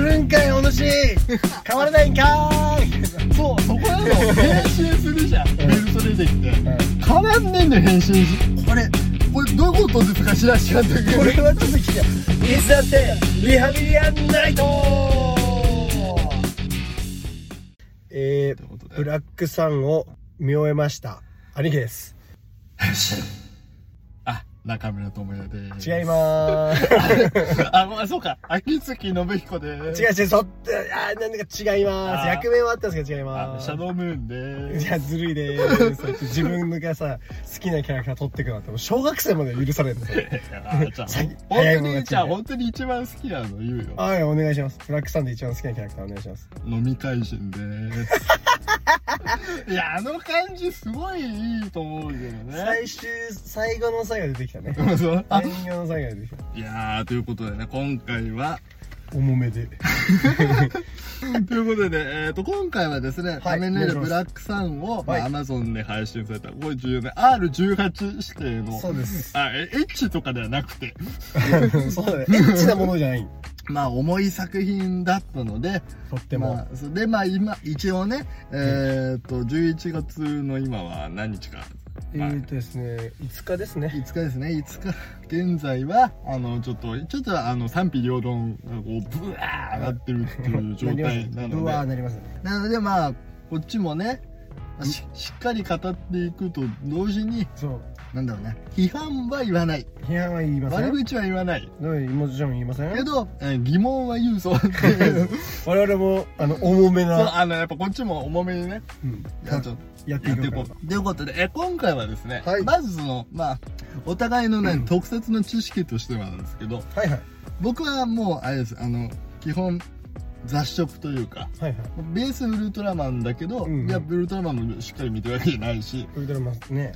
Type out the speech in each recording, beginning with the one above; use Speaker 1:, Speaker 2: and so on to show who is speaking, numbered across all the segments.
Speaker 1: るんかいお 主変わらないんかーい
Speaker 2: そうそこなの編集するじゃんビルト出てきて変わんねえんだよ編集しこれこれどういうことですか知らん知らんって
Speaker 1: これはちょっと聞きたいいつだってリハビリやんないとえ
Speaker 2: ということ
Speaker 1: ー、
Speaker 2: で
Speaker 1: ブラックさんを見終えました兄貴です
Speaker 2: あ中村智也です
Speaker 1: 違いま ーす
Speaker 2: あごめんそうか秋月信彦です
Speaker 1: 違う違うそってあーなんだか違いまー
Speaker 2: あ
Speaker 1: す
Speaker 2: ー
Speaker 1: 役名はあったんですけど違いま
Speaker 2: あ
Speaker 1: ーす
Speaker 2: シャドームーンでー
Speaker 1: い
Speaker 2: す
Speaker 1: や、ずるいでー す。自分がさ、好きなキャラクター取ってくなんて、もう小学生まで許されるんですよ。
Speaker 2: あじゃあ
Speaker 1: さ
Speaker 2: 本
Speaker 1: 早い
Speaker 2: 当
Speaker 1: もん勝ちね
Speaker 2: にじゃあ本当に一番好きなの言うよ
Speaker 1: はい、お願いします。ブラックサンで一番好きなキャラクターお願いします。
Speaker 2: 飲み会心 でーすいやあの感じすごいいいと思うけどね
Speaker 1: 最終、最後の最後出てきたね。
Speaker 2: そうあ
Speaker 1: 最後の最後出てきた。
Speaker 2: いやーということでね今回は
Speaker 1: 重めで。
Speaker 2: ということで、えー、と今回はですね「
Speaker 1: はい
Speaker 2: 仮面ライダーブラックサンを」
Speaker 1: はい
Speaker 2: まあ、Amazon で配信されたこれ重要ね R18 指定の
Speaker 1: そうです。
Speaker 2: あえエッチとかではなくて
Speaker 1: そうだね。エッチなものじゃない。
Speaker 2: まあ重い作品だったので
Speaker 1: とっても。
Speaker 2: まあ、そでまあ今一応ねえっ、と11月の今は何日か、
Speaker 1: え
Speaker 2: まあ
Speaker 1: ーとですね、5日ですね。
Speaker 2: 5日ですね5日現在はあのちょっとちょっとあの賛否両論がこうブワーなってるっていう状
Speaker 1: なります
Speaker 2: 態 な
Speaker 1: うわー
Speaker 2: ので
Speaker 1: なりますね。
Speaker 2: なのでまあこっちもねししっかり語っていくと同時に
Speaker 1: そう。
Speaker 2: なんだろうね批判は言わない
Speaker 1: 批判は言いません。
Speaker 2: 悪口は言わない
Speaker 1: はい、もちろん言いませ
Speaker 2: け
Speaker 1: ん。
Speaker 2: ど、えー疑問は言うそうっていう
Speaker 1: 我々も、あの、重め
Speaker 2: そう
Speaker 1: な、
Speaker 2: あのやっぱこっちも重めにね
Speaker 1: うん、
Speaker 2: やっと
Speaker 1: やって
Speaker 2: や
Speaker 1: いこ
Speaker 2: っていう
Speaker 1: かな
Speaker 2: こうということでえ今回はですね、
Speaker 1: はい
Speaker 2: まずそのまあお互いのね、特設の知識としてはなんですけど
Speaker 1: はいはい。
Speaker 2: 僕はもうあれですあの基本雑食というか
Speaker 1: はいはい。
Speaker 2: ベースウルトラマンだけど、
Speaker 1: うんうん
Speaker 2: いやウルトラマンもしっかり見てるわけじゃないし
Speaker 1: ウルトラマンね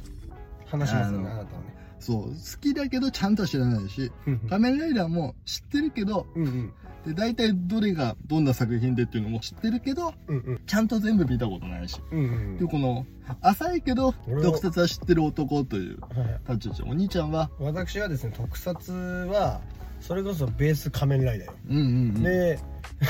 Speaker 1: 話しますよね
Speaker 2: あ
Speaker 1: あ
Speaker 2: の
Speaker 1: なたはね
Speaker 2: そう好きだけどちゃんとは知らないし
Speaker 1: うん
Speaker 2: 仮面ライダーも知ってるけど
Speaker 1: うん
Speaker 2: で大体どれがどんな作品でっていうのも知ってるけど
Speaker 1: うんうん
Speaker 2: ちゃんと全部見たことないし、
Speaker 1: うんうん
Speaker 2: でこの浅いけど
Speaker 1: 俺は
Speaker 2: 特撮は知ってる男という
Speaker 1: はいはい
Speaker 2: 立ち位置お兄ちゃんは
Speaker 1: 私はですね特撮はそれこそベース仮面ライダーよ、
Speaker 2: うんうんうん
Speaker 1: で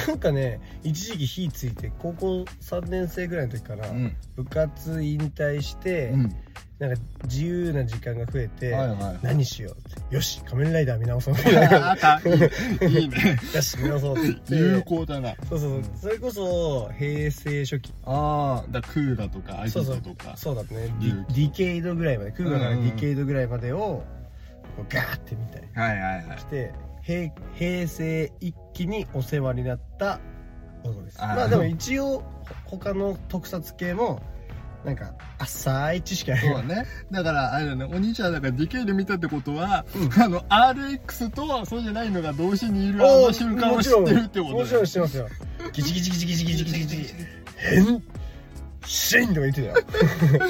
Speaker 1: なんかね一時期火ついて高校3年生ぐらいの時から
Speaker 2: うん
Speaker 1: 部活引退して、
Speaker 2: うん
Speaker 1: なんか自由な時間が増えて、
Speaker 2: はいはい
Speaker 1: 何しようってよし仮面ライダー見直そう
Speaker 2: あかい いいいね
Speaker 1: よし見直そうって言
Speaker 2: 有
Speaker 1: って
Speaker 2: 効だな
Speaker 1: そうそうそうそれこそ平成初期
Speaker 2: ああだからクーガとかアイ
Speaker 1: そ
Speaker 2: ド
Speaker 1: うそ
Speaker 2: ル
Speaker 1: う
Speaker 2: とか
Speaker 1: そうだねディ
Speaker 2: 勇気
Speaker 1: ディケイドぐらいまで空ガからディケイドぐらいまでをこうガーって見たり
Speaker 2: はいはいはい
Speaker 1: して平平成一期にお世話になった男です
Speaker 2: あー
Speaker 1: まあでも一応ほ他の特撮系もなんか浅い知識ある
Speaker 2: そう
Speaker 1: よ
Speaker 2: ねだからあれだねお兄ちゃんだからディケイで見たってことは、
Speaker 1: うん
Speaker 2: あの RX とそうじゃないのが同時にいるあ
Speaker 1: おー
Speaker 2: の瞬間を知ってるってこと
Speaker 1: もち
Speaker 2: だ
Speaker 1: ろ
Speaker 2: よ
Speaker 1: ん知ってますよギチギチギチギチギチギチギチギチ変シンとか言ってた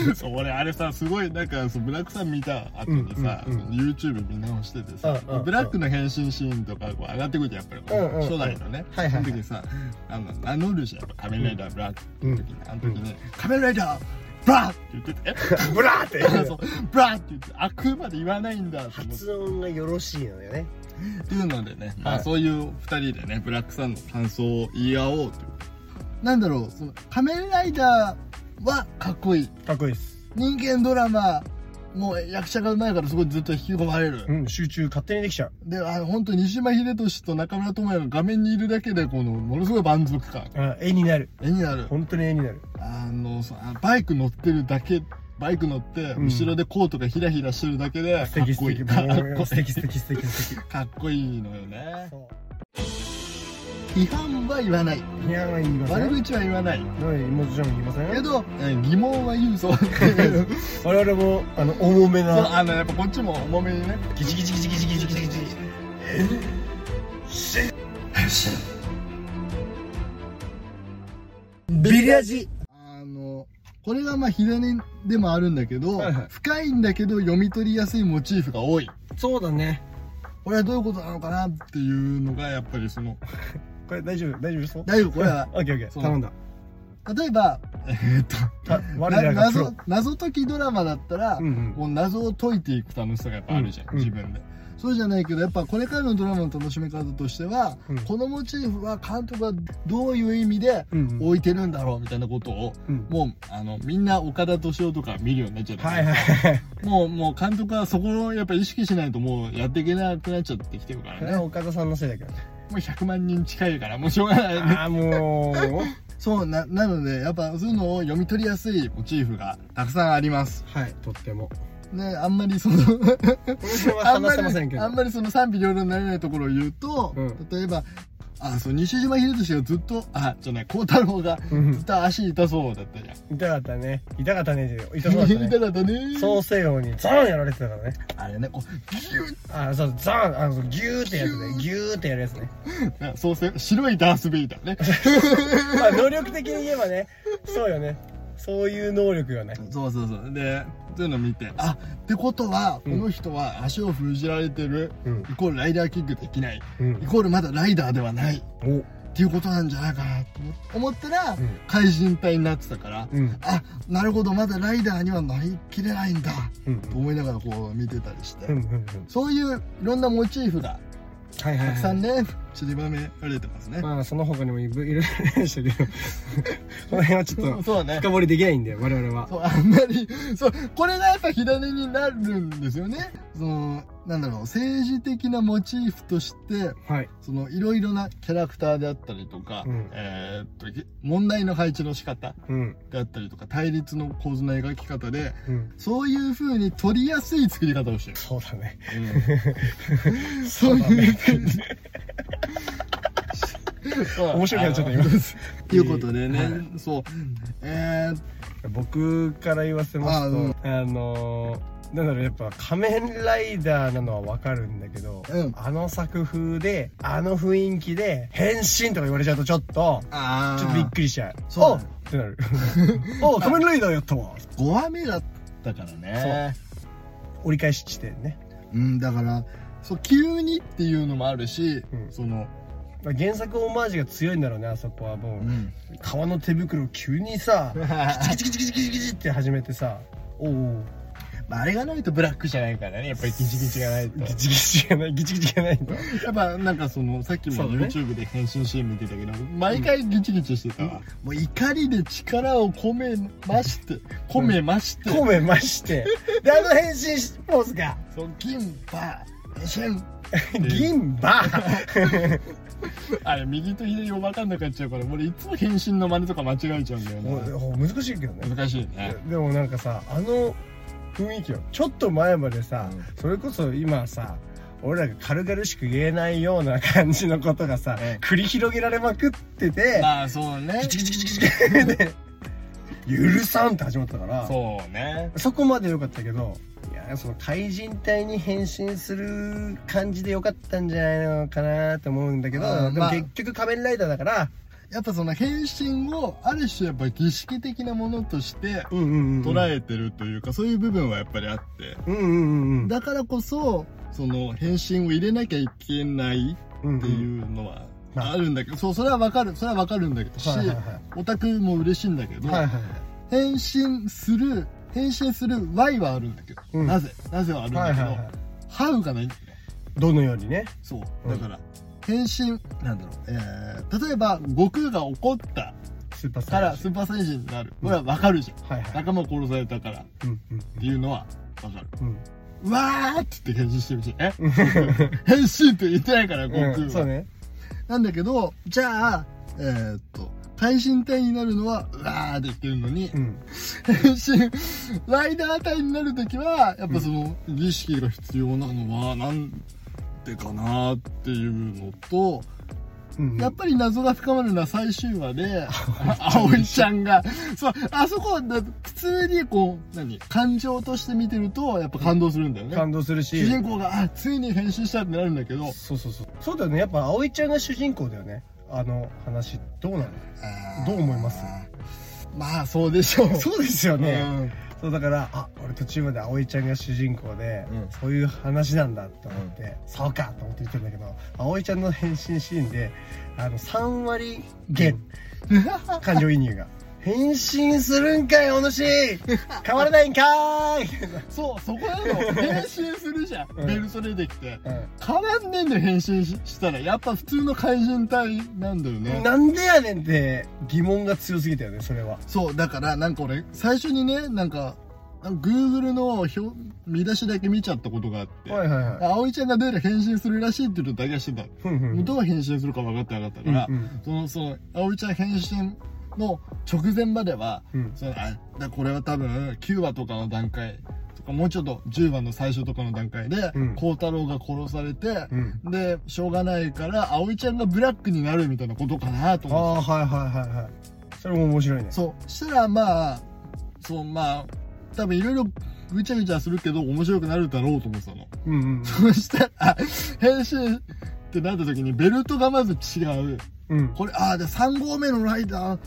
Speaker 1: よ
Speaker 2: そう俺あれさすごいなんかそうブラックさん見た後にさ、
Speaker 1: うんうんうん
Speaker 2: その YouTube 見直しててさ、
Speaker 1: うんうんうん
Speaker 2: ブラックの変身シーンとかこう上がってくるじゃんやっぱり、
Speaker 1: うんうんうん
Speaker 2: 初代のね、
Speaker 1: はいはいはい
Speaker 2: その時さあの名乗るじゃんやっぱ仮面ライダーブラックの時に、あの時ね、仮面ライダーブラッって言っててえ
Speaker 1: ブラーって言ってた
Speaker 2: そう
Speaker 1: よ
Speaker 2: ブラッって言ってあくまで言わないんだと思って
Speaker 1: 発音がよろしいのよね
Speaker 2: っていうのでね、ま
Speaker 1: は
Speaker 2: あ、
Speaker 1: い
Speaker 2: そういう2人でねブラックさんの感想を言い合おうというなんだろうその仮面ライダーはかっこいい
Speaker 1: かっこいいです
Speaker 2: 人間ドラマもう役者がうまいからすごいずっと引き込まれる、
Speaker 1: うん集中勝手にできちゃう
Speaker 2: であの本当西島秀俊と中村智也が画面にいるだけでこのものすごい満足感
Speaker 1: あ絵になる
Speaker 2: 絵になる
Speaker 1: 本当に絵になる
Speaker 2: あのそあバイク乗ってるだけバイク乗って
Speaker 1: ん
Speaker 2: 後ろでコートがヒラヒラしてるだけで
Speaker 1: 素
Speaker 2: かっ
Speaker 1: 敵素
Speaker 2: こいい、
Speaker 1: 敵
Speaker 2: かっ
Speaker 1: もう素
Speaker 2: こい
Speaker 1: 敵
Speaker 2: い
Speaker 1: 素敵素敵素敵
Speaker 2: かっこいいのよね
Speaker 1: そ
Speaker 2: 批判は言わないう
Speaker 1: いや言いません
Speaker 2: 悪口は言わない
Speaker 1: はいもちろん言いませ
Speaker 2: け
Speaker 1: ん
Speaker 2: ど、えー疑問は言うぞそう
Speaker 1: 我々もあの重めな
Speaker 2: あのやっぱこっちも重めにね
Speaker 1: ギチギチギチギチギチギチギチビリヤジ
Speaker 2: あのこれがまあ左でもあるんだけど、
Speaker 1: はいはい
Speaker 2: 深いんだけど読み取りやすいモチーフが多い
Speaker 1: そうだね
Speaker 2: これはどういうことなのかなっていうのがやっ ぱりその
Speaker 1: これ大丈夫大丈夫そう
Speaker 2: 大丈夫これは
Speaker 1: オッケーオッケ
Speaker 2: そ
Speaker 1: ー
Speaker 2: う
Speaker 1: 頼んだ
Speaker 2: 例えば、ええーっと
Speaker 1: た我
Speaker 2: な
Speaker 1: らがプ
Speaker 2: 謎
Speaker 1: ロ
Speaker 2: 謎解きドラマだったら、
Speaker 1: うんうん
Speaker 2: こう謎を解いていく楽しさがやっぱあるじゃん、
Speaker 1: うん
Speaker 2: 自分で。そうじゃないけどやっぱこれからのドラマの楽しみ方としては、
Speaker 1: うん
Speaker 2: このモチーフは監督はどういう意味で
Speaker 1: うんうん
Speaker 2: 置いてるんだろうみたいなことを、
Speaker 1: うん
Speaker 2: もうあのみんな岡田斗司夫とか見るようになっちゃって、
Speaker 1: はいはい はい
Speaker 2: もうもう監督はそこをやっぱ意識しないともうやっていけなくなっちゃってきてるから
Speaker 1: そ
Speaker 2: ね、
Speaker 1: れは
Speaker 2: も
Speaker 1: 岡田さんのせいだけどね
Speaker 2: う100万人近いからもうしょうがないね
Speaker 1: ああもう
Speaker 2: そうななのでやっぱそういうのを読み取りやすいモチーフがたくさんあります
Speaker 1: はいとっても
Speaker 2: ねあんまりその
Speaker 1: この辺は
Speaker 2: あんま
Speaker 1: 話せ
Speaker 2: り
Speaker 1: ませんけど
Speaker 2: あんまりその賛否両論になれないところを言うと、
Speaker 1: うん
Speaker 2: 例えばあそう西島秀俊がずっとあじゃない孝太郎が
Speaker 1: うん
Speaker 2: ずっと足痛そうだったじゃん
Speaker 1: 痛かったね痛かったねって痛そうだった
Speaker 2: 痛
Speaker 1: ね
Speaker 2: かったね
Speaker 1: 創世王にザーンやられてたからね
Speaker 2: あれねこうギュッ
Speaker 1: あそうザーンあのギューってやつねギューってやるやつね
Speaker 2: なそうせ白いダース・ベイダーね
Speaker 1: まあ能力的に言えばねそうよねそういう能力よね
Speaker 2: そうそうそうでそういうの見てあってことはこ
Speaker 1: うん
Speaker 2: の人は足を封じられてる、
Speaker 1: うん
Speaker 2: イコールライダーキックできない
Speaker 1: うん
Speaker 2: イコールまだライダーではないっ
Speaker 1: お
Speaker 2: ていうことなんじゃないかなと思ったら、
Speaker 1: ん
Speaker 2: 怪人隊になってたから、
Speaker 1: うん
Speaker 2: あなるほどまだライダーにはなりきれないんだ
Speaker 1: うん
Speaker 2: と思いながらこう見てたりして、
Speaker 1: うんうんうん
Speaker 2: そういういろんなモチーフが
Speaker 1: はいはい
Speaker 2: た
Speaker 1: は
Speaker 2: くさ
Speaker 1: い
Speaker 2: んね、散りばめられてますね、
Speaker 1: まあその他にもい ろいろありましたけどこの辺はちょっと
Speaker 2: そうだね
Speaker 1: 深掘りできないんで我々は
Speaker 2: そうあんまりそうこれがやっぱ火種になるんですよねそのなんだろう政治的なモチーフとして
Speaker 1: はい
Speaker 2: そのいろいろなキャラクターであったりとか、
Speaker 1: うん
Speaker 2: えーっとひ問題の配置の仕方
Speaker 1: うん
Speaker 2: であったりとか対立の構図の描き方で
Speaker 1: うん
Speaker 2: そういう風に取りやすい作り方をして
Speaker 1: そうだね
Speaker 2: る、そういう風に
Speaker 1: 面白くなっちゃった今
Speaker 2: ということでね、
Speaker 1: は
Speaker 2: そうえー、
Speaker 1: 僕から言わせま
Speaker 2: あ
Speaker 1: すと
Speaker 2: うん
Speaker 1: あ,、のーなんだろうやっぱ仮面ライダーなのはわかるんだけど、
Speaker 2: うん
Speaker 1: あの作風であの雰囲気で変身とか言われちゃうとちょっと
Speaker 2: あー
Speaker 1: ちょっとびっくりしちゃう
Speaker 2: そう
Speaker 1: おっって なるお仮面ライダーやったわ
Speaker 2: 5話目だったからね
Speaker 1: 折り返し地点ね
Speaker 2: うんだからそう急にっていうのもあるし、
Speaker 1: うん
Speaker 2: その、
Speaker 1: まあ原作オマージュが強いんだろうねあそこはもう、
Speaker 2: うん、
Speaker 1: 革の手袋を急にさチキチキチキチキチキチキって始めてさおお
Speaker 2: まああれがないとブラックじゃないからねやっぱりギチギチがないと
Speaker 1: ギチギチがないギチギチがないんだ
Speaker 2: やっぱなんかそのさっきも
Speaker 1: そうね
Speaker 2: YouTube で変身シーン見てたけど、毎回ギチギチしてたわ、もう怒りで力を込めまして込めまして、
Speaker 1: 込めましてであの変身しポーズが
Speaker 2: そう銀バー変身
Speaker 1: 銀歯
Speaker 2: あれ右と左を分かんなくなっちゃうから俺いつも変身の真似とか間違えちゃうんだよ
Speaker 1: も
Speaker 2: ね
Speaker 1: うもう難しいけどね
Speaker 2: 難しいね
Speaker 1: でもなんかさあの雰囲気をちょっと前までさ、
Speaker 2: うん
Speaker 1: それこそ今さ俺らが軽々しく言えないような感じのことがさ、
Speaker 2: うん
Speaker 1: 繰り広げられまくってて、
Speaker 2: まあそうね
Speaker 1: ギチギチギチギチで許さんって始まったから
Speaker 2: そうね
Speaker 1: そこまで良かったけどいやその怪人隊に変身する感じで良かったんじゃないのかなと思うんだけど、
Speaker 2: あー
Speaker 1: で
Speaker 2: ま
Speaker 1: も
Speaker 2: あ
Speaker 1: 結局仮面ライダーだから、
Speaker 2: やっぱその変身をある種やっぱ儀式的なものとして
Speaker 1: うんうんうん、
Speaker 2: 捉えてるというか、そういう部分はやっぱりあって
Speaker 1: うんうんうん
Speaker 2: だからこそその変身を入れなきゃいけない
Speaker 1: うん
Speaker 2: っていうのは
Speaker 1: うんうん
Speaker 2: あるんだけど、そうそれはわかるそれはわかるんだけどし、
Speaker 1: はいはいはい
Speaker 2: オタクも嬉しいんだけど、
Speaker 1: はいはいはい
Speaker 2: 変身する変身する Y はあるんだけど、
Speaker 1: うん
Speaker 2: なぜなぜはあるんだ
Speaker 1: は
Speaker 2: け
Speaker 1: い
Speaker 2: ど、
Speaker 1: はいはい
Speaker 2: ハウがないんだよね
Speaker 1: どのようにね
Speaker 2: そう
Speaker 1: うん
Speaker 2: だから、変身なんだろう、えー、例えば悟空が怒った
Speaker 1: スーパーサ
Speaker 2: か
Speaker 1: イヤ
Speaker 2: ら
Speaker 1: 人
Speaker 2: スーパーサイジになるこれはわかるじゃ
Speaker 1: は
Speaker 2: ん
Speaker 1: いはい
Speaker 2: 仲間を殺されたからっ
Speaker 1: うんうん
Speaker 2: ていうのはわかる
Speaker 1: うん
Speaker 2: うわーって言って変身してるしえ 変身って言ってないから悟空は、
Speaker 1: うんそうね
Speaker 2: なんだけどじゃあえー、っと対身隊になるのはうわーって言ってるのに
Speaker 1: うん
Speaker 2: 変身ライダー隊になる時はやっぱその儀式が必要なのはなんでかなーっていうのと
Speaker 1: うんうん
Speaker 2: やっぱり謎が深まるのは最終話で、 葵ちゃんが、そう、あそこはだ、普通にこう、何、感情として見てると、やっぱ感動するんだよね。
Speaker 1: 感動する
Speaker 2: 主
Speaker 1: し
Speaker 2: 人公が、あ、ついに変身したってなるんだけど、
Speaker 1: そうそうそうそうだよねやっぱ葵ちゃんが主人公だよねあの話どうなのどう思います
Speaker 2: まあ、そうでしょう。
Speaker 1: そうですよ
Speaker 2: う
Speaker 1: ね、
Speaker 2: ん
Speaker 1: そうだからあ俺途中まで葵ちゃんが主人公で、
Speaker 2: うん
Speaker 1: そういう話なんだと思って、そうかと思って言ってるんだけど葵ちゃんの変身シーンであの3割減感情移入が変身するんかい、お主変わらないんかーい
Speaker 2: そうそこなの変身するじゃん、
Speaker 1: うん
Speaker 2: ベルト出てきて
Speaker 1: うん
Speaker 2: 絡んでんの変身ししたらやっぱ普通の怪人隊なんだよね
Speaker 1: なんでやねんって疑問が強すぎたよね、それは。
Speaker 2: そうだからなんか俺最初にねなんか Google の表見出しだけ見ちゃったことがあって、
Speaker 1: はいはいはい。
Speaker 2: 葵ちゃんがどうやら変身するらしいっていうのだけはしてた、
Speaker 1: ふんふんふん
Speaker 2: どう変身するか分かってなかった
Speaker 1: う
Speaker 2: か
Speaker 1: ん
Speaker 2: ら、そのその葵ちゃん変身の直前までは
Speaker 1: うんうん
Speaker 2: そのあだこれは多分9話とかの段階とかもうちょっと10話の最初とかの段階で
Speaker 1: うん
Speaker 2: 孝、太郎が殺されて
Speaker 1: う、ん。
Speaker 2: でしょうがないから葵ちゃんがブラックになるみたいなことかなと
Speaker 1: あ
Speaker 2: 思って
Speaker 1: あ、はいはいはいはい。それも面白いね。
Speaker 2: そうしたらまあそうまあ多分いろいろぐちゃぐちゃするけど面白くなるだろうと思ってたの
Speaker 1: うんうん
Speaker 2: そしたら変身ってなった時にベルトがまず違う
Speaker 1: うん。うん。
Speaker 2: これああで3号目のライダー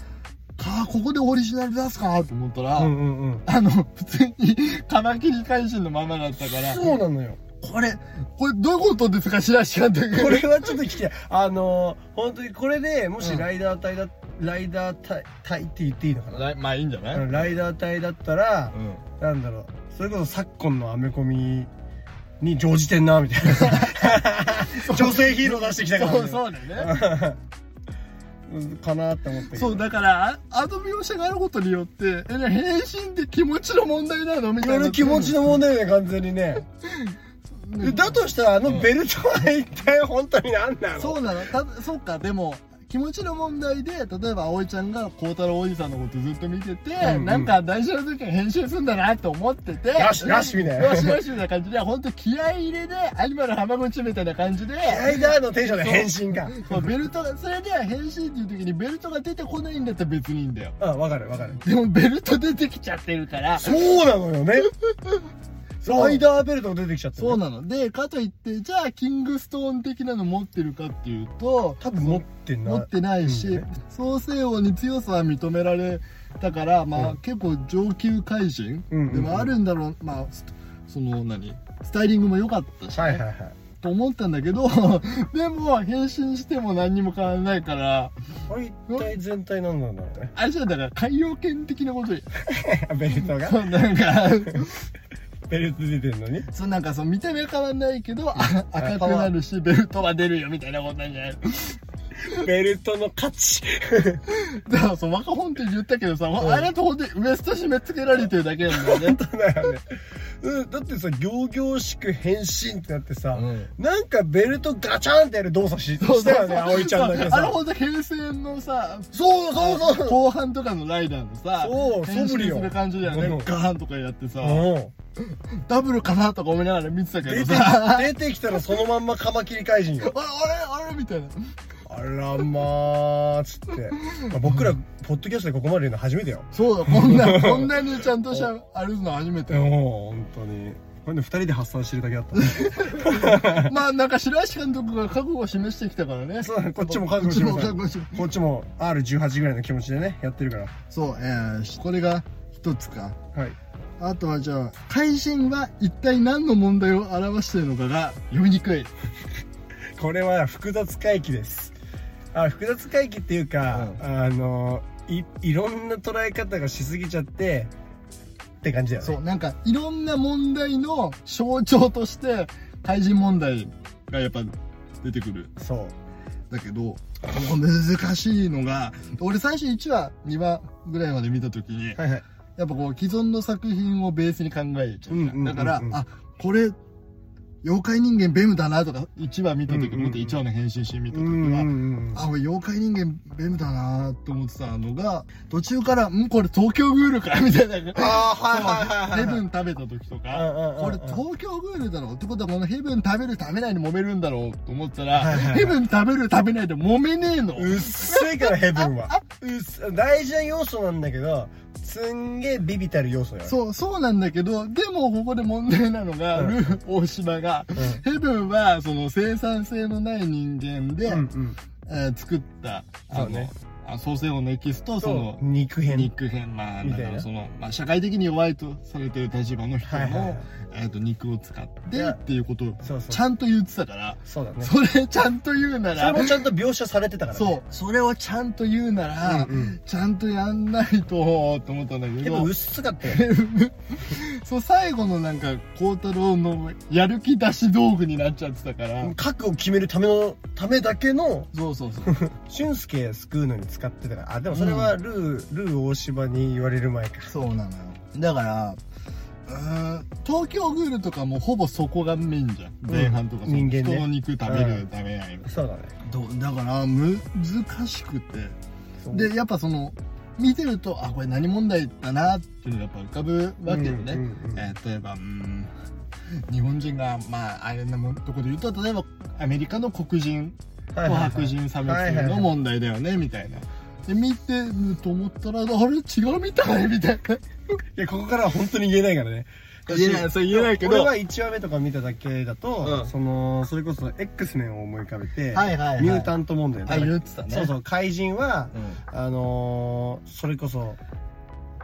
Speaker 2: かここでオリジナル出すかと思ったら、
Speaker 1: うんうんうん。
Speaker 2: あの、普通に、カマキリ怪人のままだったから、
Speaker 1: そうなのよ。
Speaker 2: これ、これどういうことですか、白石監督。
Speaker 1: これはちょっと聞きたい。あのー、本当にこれで、もしライダー隊だ、ライダー隊隊って言っていいのかな
Speaker 2: れ、まあいいんじゃない
Speaker 1: あのライダー隊だったら
Speaker 2: う、ん。
Speaker 1: なんだろう、それこそ昨今のアメコミに乗じてんな、みたい な。女性ヒーロー出してきたから、
Speaker 2: そう、そうだよね。
Speaker 1: うんかなって思ったけど。
Speaker 2: そう、だから、ああの描写があることによって、え、変身って気持ちの問題なのみ
Speaker 1: い
Speaker 2: た
Speaker 1: ろ
Speaker 2: い
Speaker 1: い
Speaker 2: な。
Speaker 1: ろ気持ちの問題よね、完全にね。
Speaker 2: うん
Speaker 1: だとしたら、あのベルトは一体本当に何なの
Speaker 2: そうなのたそうか、でも、気持ちの問題で、例えば葵ちゃんが孝太郎おじさんのことずっと見てて、
Speaker 1: んうん
Speaker 2: なんか大事な時は編集するんだなって思ってて。
Speaker 1: よしよしみたいな
Speaker 2: よしよしみたいな感じで、本当気合い入れで、アニマル浜口みたいな感じで、
Speaker 1: ライダーのテンションで変身か。
Speaker 2: そうベルトが、それでは変身っていう時にベルトが出てこないんだったら別にいいんだよ。
Speaker 1: あ、わかるわかる。
Speaker 2: でもベルト出てきちゃってるから、
Speaker 1: そうなのよね。
Speaker 2: そう
Speaker 1: ライダーベルトが出てきちゃった、ね。
Speaker 2: そうなの。で、かといって、じゃあキングストーン的なの持ってるかっていうと、
Speaker 1: 多分持ってんな
Speaker 2: 持ってないし、
Speaker 1: うん
Speaker 2: 創世王に強さは認められたから、まあ、
Speaker 1: うん
Speaker 2: 結構上級怪人、
Speaker 1: うんうんうん
Speaker 2: でもあるんだろう、まあ、スその何スタイリングも良かったし、
Speaker 1: はいはいはい
Speaker 2: と思ったんだけど でも変身しても何にも変わらないから
Speaker 1: これ一体全体何なんだろうね
Speaker 2: あれじゃだから海洋犬的なことよ
Speaker 1: ベルトが
Speaker 2: そう なんか
Speaker 1: ベルト出てんのに
Speaker 2: そうなんかそう見た目は変わらないけどあ赤くなるしベルトは出るよみたいなことなんじゃない
Speaker 1: ベルトの価 値
Speaker 2: だからそう若本って言ったけどさ、あれと本当にウエスト締め付けられてるだけなんだよね、
Speaker 1: だよね、うん、だってさ仰々しく変身ってなってさ、
Speaker 2: うん
Speaker 1: なんかベルトガチャンってやる動作ししたよね葵ちゃんだけ
Speaker 2: あれ
Speaker 1: さ
Speaker 2: ほんと平成のさ、
Speaker 1: そうそうそう
Speaker 2: 後半とかのライダーのさ、
Speaker 1: そう
Speaker 2: 変身
Speaker 1: 素振りよ
Speaker 2: する感じだよね。
Speaker 1: うん
Speaker 2: ガーンとかやってさ、
Speaker 1: うん
Speaker 2: ダブルかなとか思いながら見てたけ
Speaker 1: 出
Speaker 2: ど
Speaker 1: て
Speaker 2: さ、
Speaker 1: 出てきたらそのまんまカマキリ怪人よ
Speaker 2: あれあれあれみたいな。
Speaker 1: あらまあつって、まあ僕らポッドキャストでここまで言うの初めてよ
Speaker 2: そうだ、こんな、 こんなにちゃんとしたあれすの初めて。
Speaker 1: もう本当にこれね2人で発散してるだけだった
Speaker 2: まあなんか白石監督が覚悟を示してきたからね。
Speaker 1: そうこっちも覚悟しま
Speaker 2: こっちも
Speaker 1: す
Speaker 2: 覚悟しろ
Speaker 1: こっちも R18 ぐらいの気持ちでねやってるから
Speaker 2: そう、えー、これが一つか。
Speaker 1: はい
Speaker 2: あとはじゃあ、怪人は一体何の問題を表しているのかが読みにくい。
Speaker 1: これは複雑回帰ですあ複雑回帰っていうか、あのいいろんな捉え方がしすぎちゃってって感じだよね
Speaker 2: そう、なんか、いろんな問題の象徴として、対人問題がやっぱ出てくる。
Speaker 1: そう
Speaker 2: だけど、ここ難しいのが、俺最初1話、2話ぐらいまで見たときに、
Speaker 1: はいはい
Speaker 2: やっぱこう、既存の作品をベースに考えちゃうじゃ
Speaker 1: うんうんうんうん
Speaker 2: ん。だから、あ、これ、妖怪人間ベムだなとか、1話見たとき、
Speaker 1: うんうんうん
Speaker 2: 見て1話の変身シーン見た
Speaker 1: う
Speaker 2: ときは、
Speaker 1: んうんうん
Speaker 2: あ、俺妖怪人間ベムだなと思ってたのが、途中から、んこれ東京グールかみたいな。
Speaker 1: あーはいはいはいはい
Speaker 2: ヘブン食べた時と
Speaker 1: うんうんうん
Speaker 2: か、
Speaker 1: う
Speaker 2: これ
Speaker 1: ん
Speaker 2: 東京グールだろうってことはこのヘブン食べる食べないに揉めるんだろうと思ったら、
Speaker 1: はいはいはい
Speaker 2: ヘブン食べる食べないで揉めねえの。
Speaker 1: うっせえからヘブンはうっせ大事な要素なんだけどすんげえビビたる要素よ
Speaker 2: そう、そうなんだけど、でもここで問題なのが、
Speaker 1: うん
Speaker 2: ルー大島が、ヘブンはその生産性のない人間で、
Speaker 1: うんうん
Speaker 2: えー作った、あ
Speaker 1: そ
Speaker 2: の、
Speaker 1: うね
Speaker 2: あ創世王のエキスとそ
Speaker 1: と
Speaker 2: の
Speaker 1: 肉片
Speaker 2: 肉片まあ
Speaker 1: み
Speaker 2: だ
Speaker 1: たい
Speaker 2: か
Speaker 1: な
Speaker 2: らその、まあ、社会的に弱いとされてる立場の人
Speaker 1: はいはいは
Speaker 2: の
Speaker 1: い、
Speaker 2: えー、と肉を使っ
Speaker 1: い
Speaker 2: て
Speaker 1: や
Speaker 2: っていうことを
Speaker 1: そうそう
Speaker 2: ちゃんと言ってたから
Speaker 1: そうだね
Speaker 2: それちゃんと言うな
Speaker 1: それ
Speaker 2: ら
Speaker 1: もちゃんと描写されてたからね
Speaker 2: そうそれをちゃんと言うなら、
Speaker 1: うんうん
Speaker 2: ちゃんとやんないとと思ったんだけ
Speaker 1: やっぱ
Speaker 2: ど
Speaker 1: 薄かったよね
Speaker 2: そう最後のなんか孝太郎のやる気出し道具になっちゃってたから、
Speaker 1: 核を決めるためのためだけの
Speaker 2: そうそう そう
Speaker 1: 俊介救うのに使ってたからあでもそれはルー、ルー大柴に言われる前か
Speaker 2: そうなのよだからうーん東京グールとかもほぼそこがメインじゃん、前半とかその
Speaker 1: 人間ね
Speaker 2: 人の肉食べる、
Speaker 1: うん
Speaker 2: 食べない
Speaker 1: そうだね
Speaker 2: どだから難しくて
Speaker 1: そう
Speaker 2: でやっぱその見てるとあこれ何問題だなっていうのがやっぱ浮かぶわけ
Speaker 1: うん
Speaker 2: よね、
Speaker 1: うんうん
Speaker 2: えー例えばうーん日本人がまああれなもんとこで言うと例えばアメリカの黒人
Speaker 1: はい
Speaker 2: と
Speaker 1: はいはい
Speaker 2: 白人差別の問題だよねみたいな。で見てると思ったらあれ違うみたいみたい な。
Speaker 1: いやここからは本当に言えないからね
Speaker 2: 言えないそう言えないけど
Speaker 1: 俺は1話目とか見ただけだと、
Speaker 2: うん
Speaker 1: そのそれこそ X メンを思い浮かべて、
Speaker 2: はいはいはい
Speaker 1: ミュータント問題
Speaker 2: あ言ってたね。
Speaker 1: そうそう怪人は
Speaker 2: うん。
Speaker 1: あのーそれこそ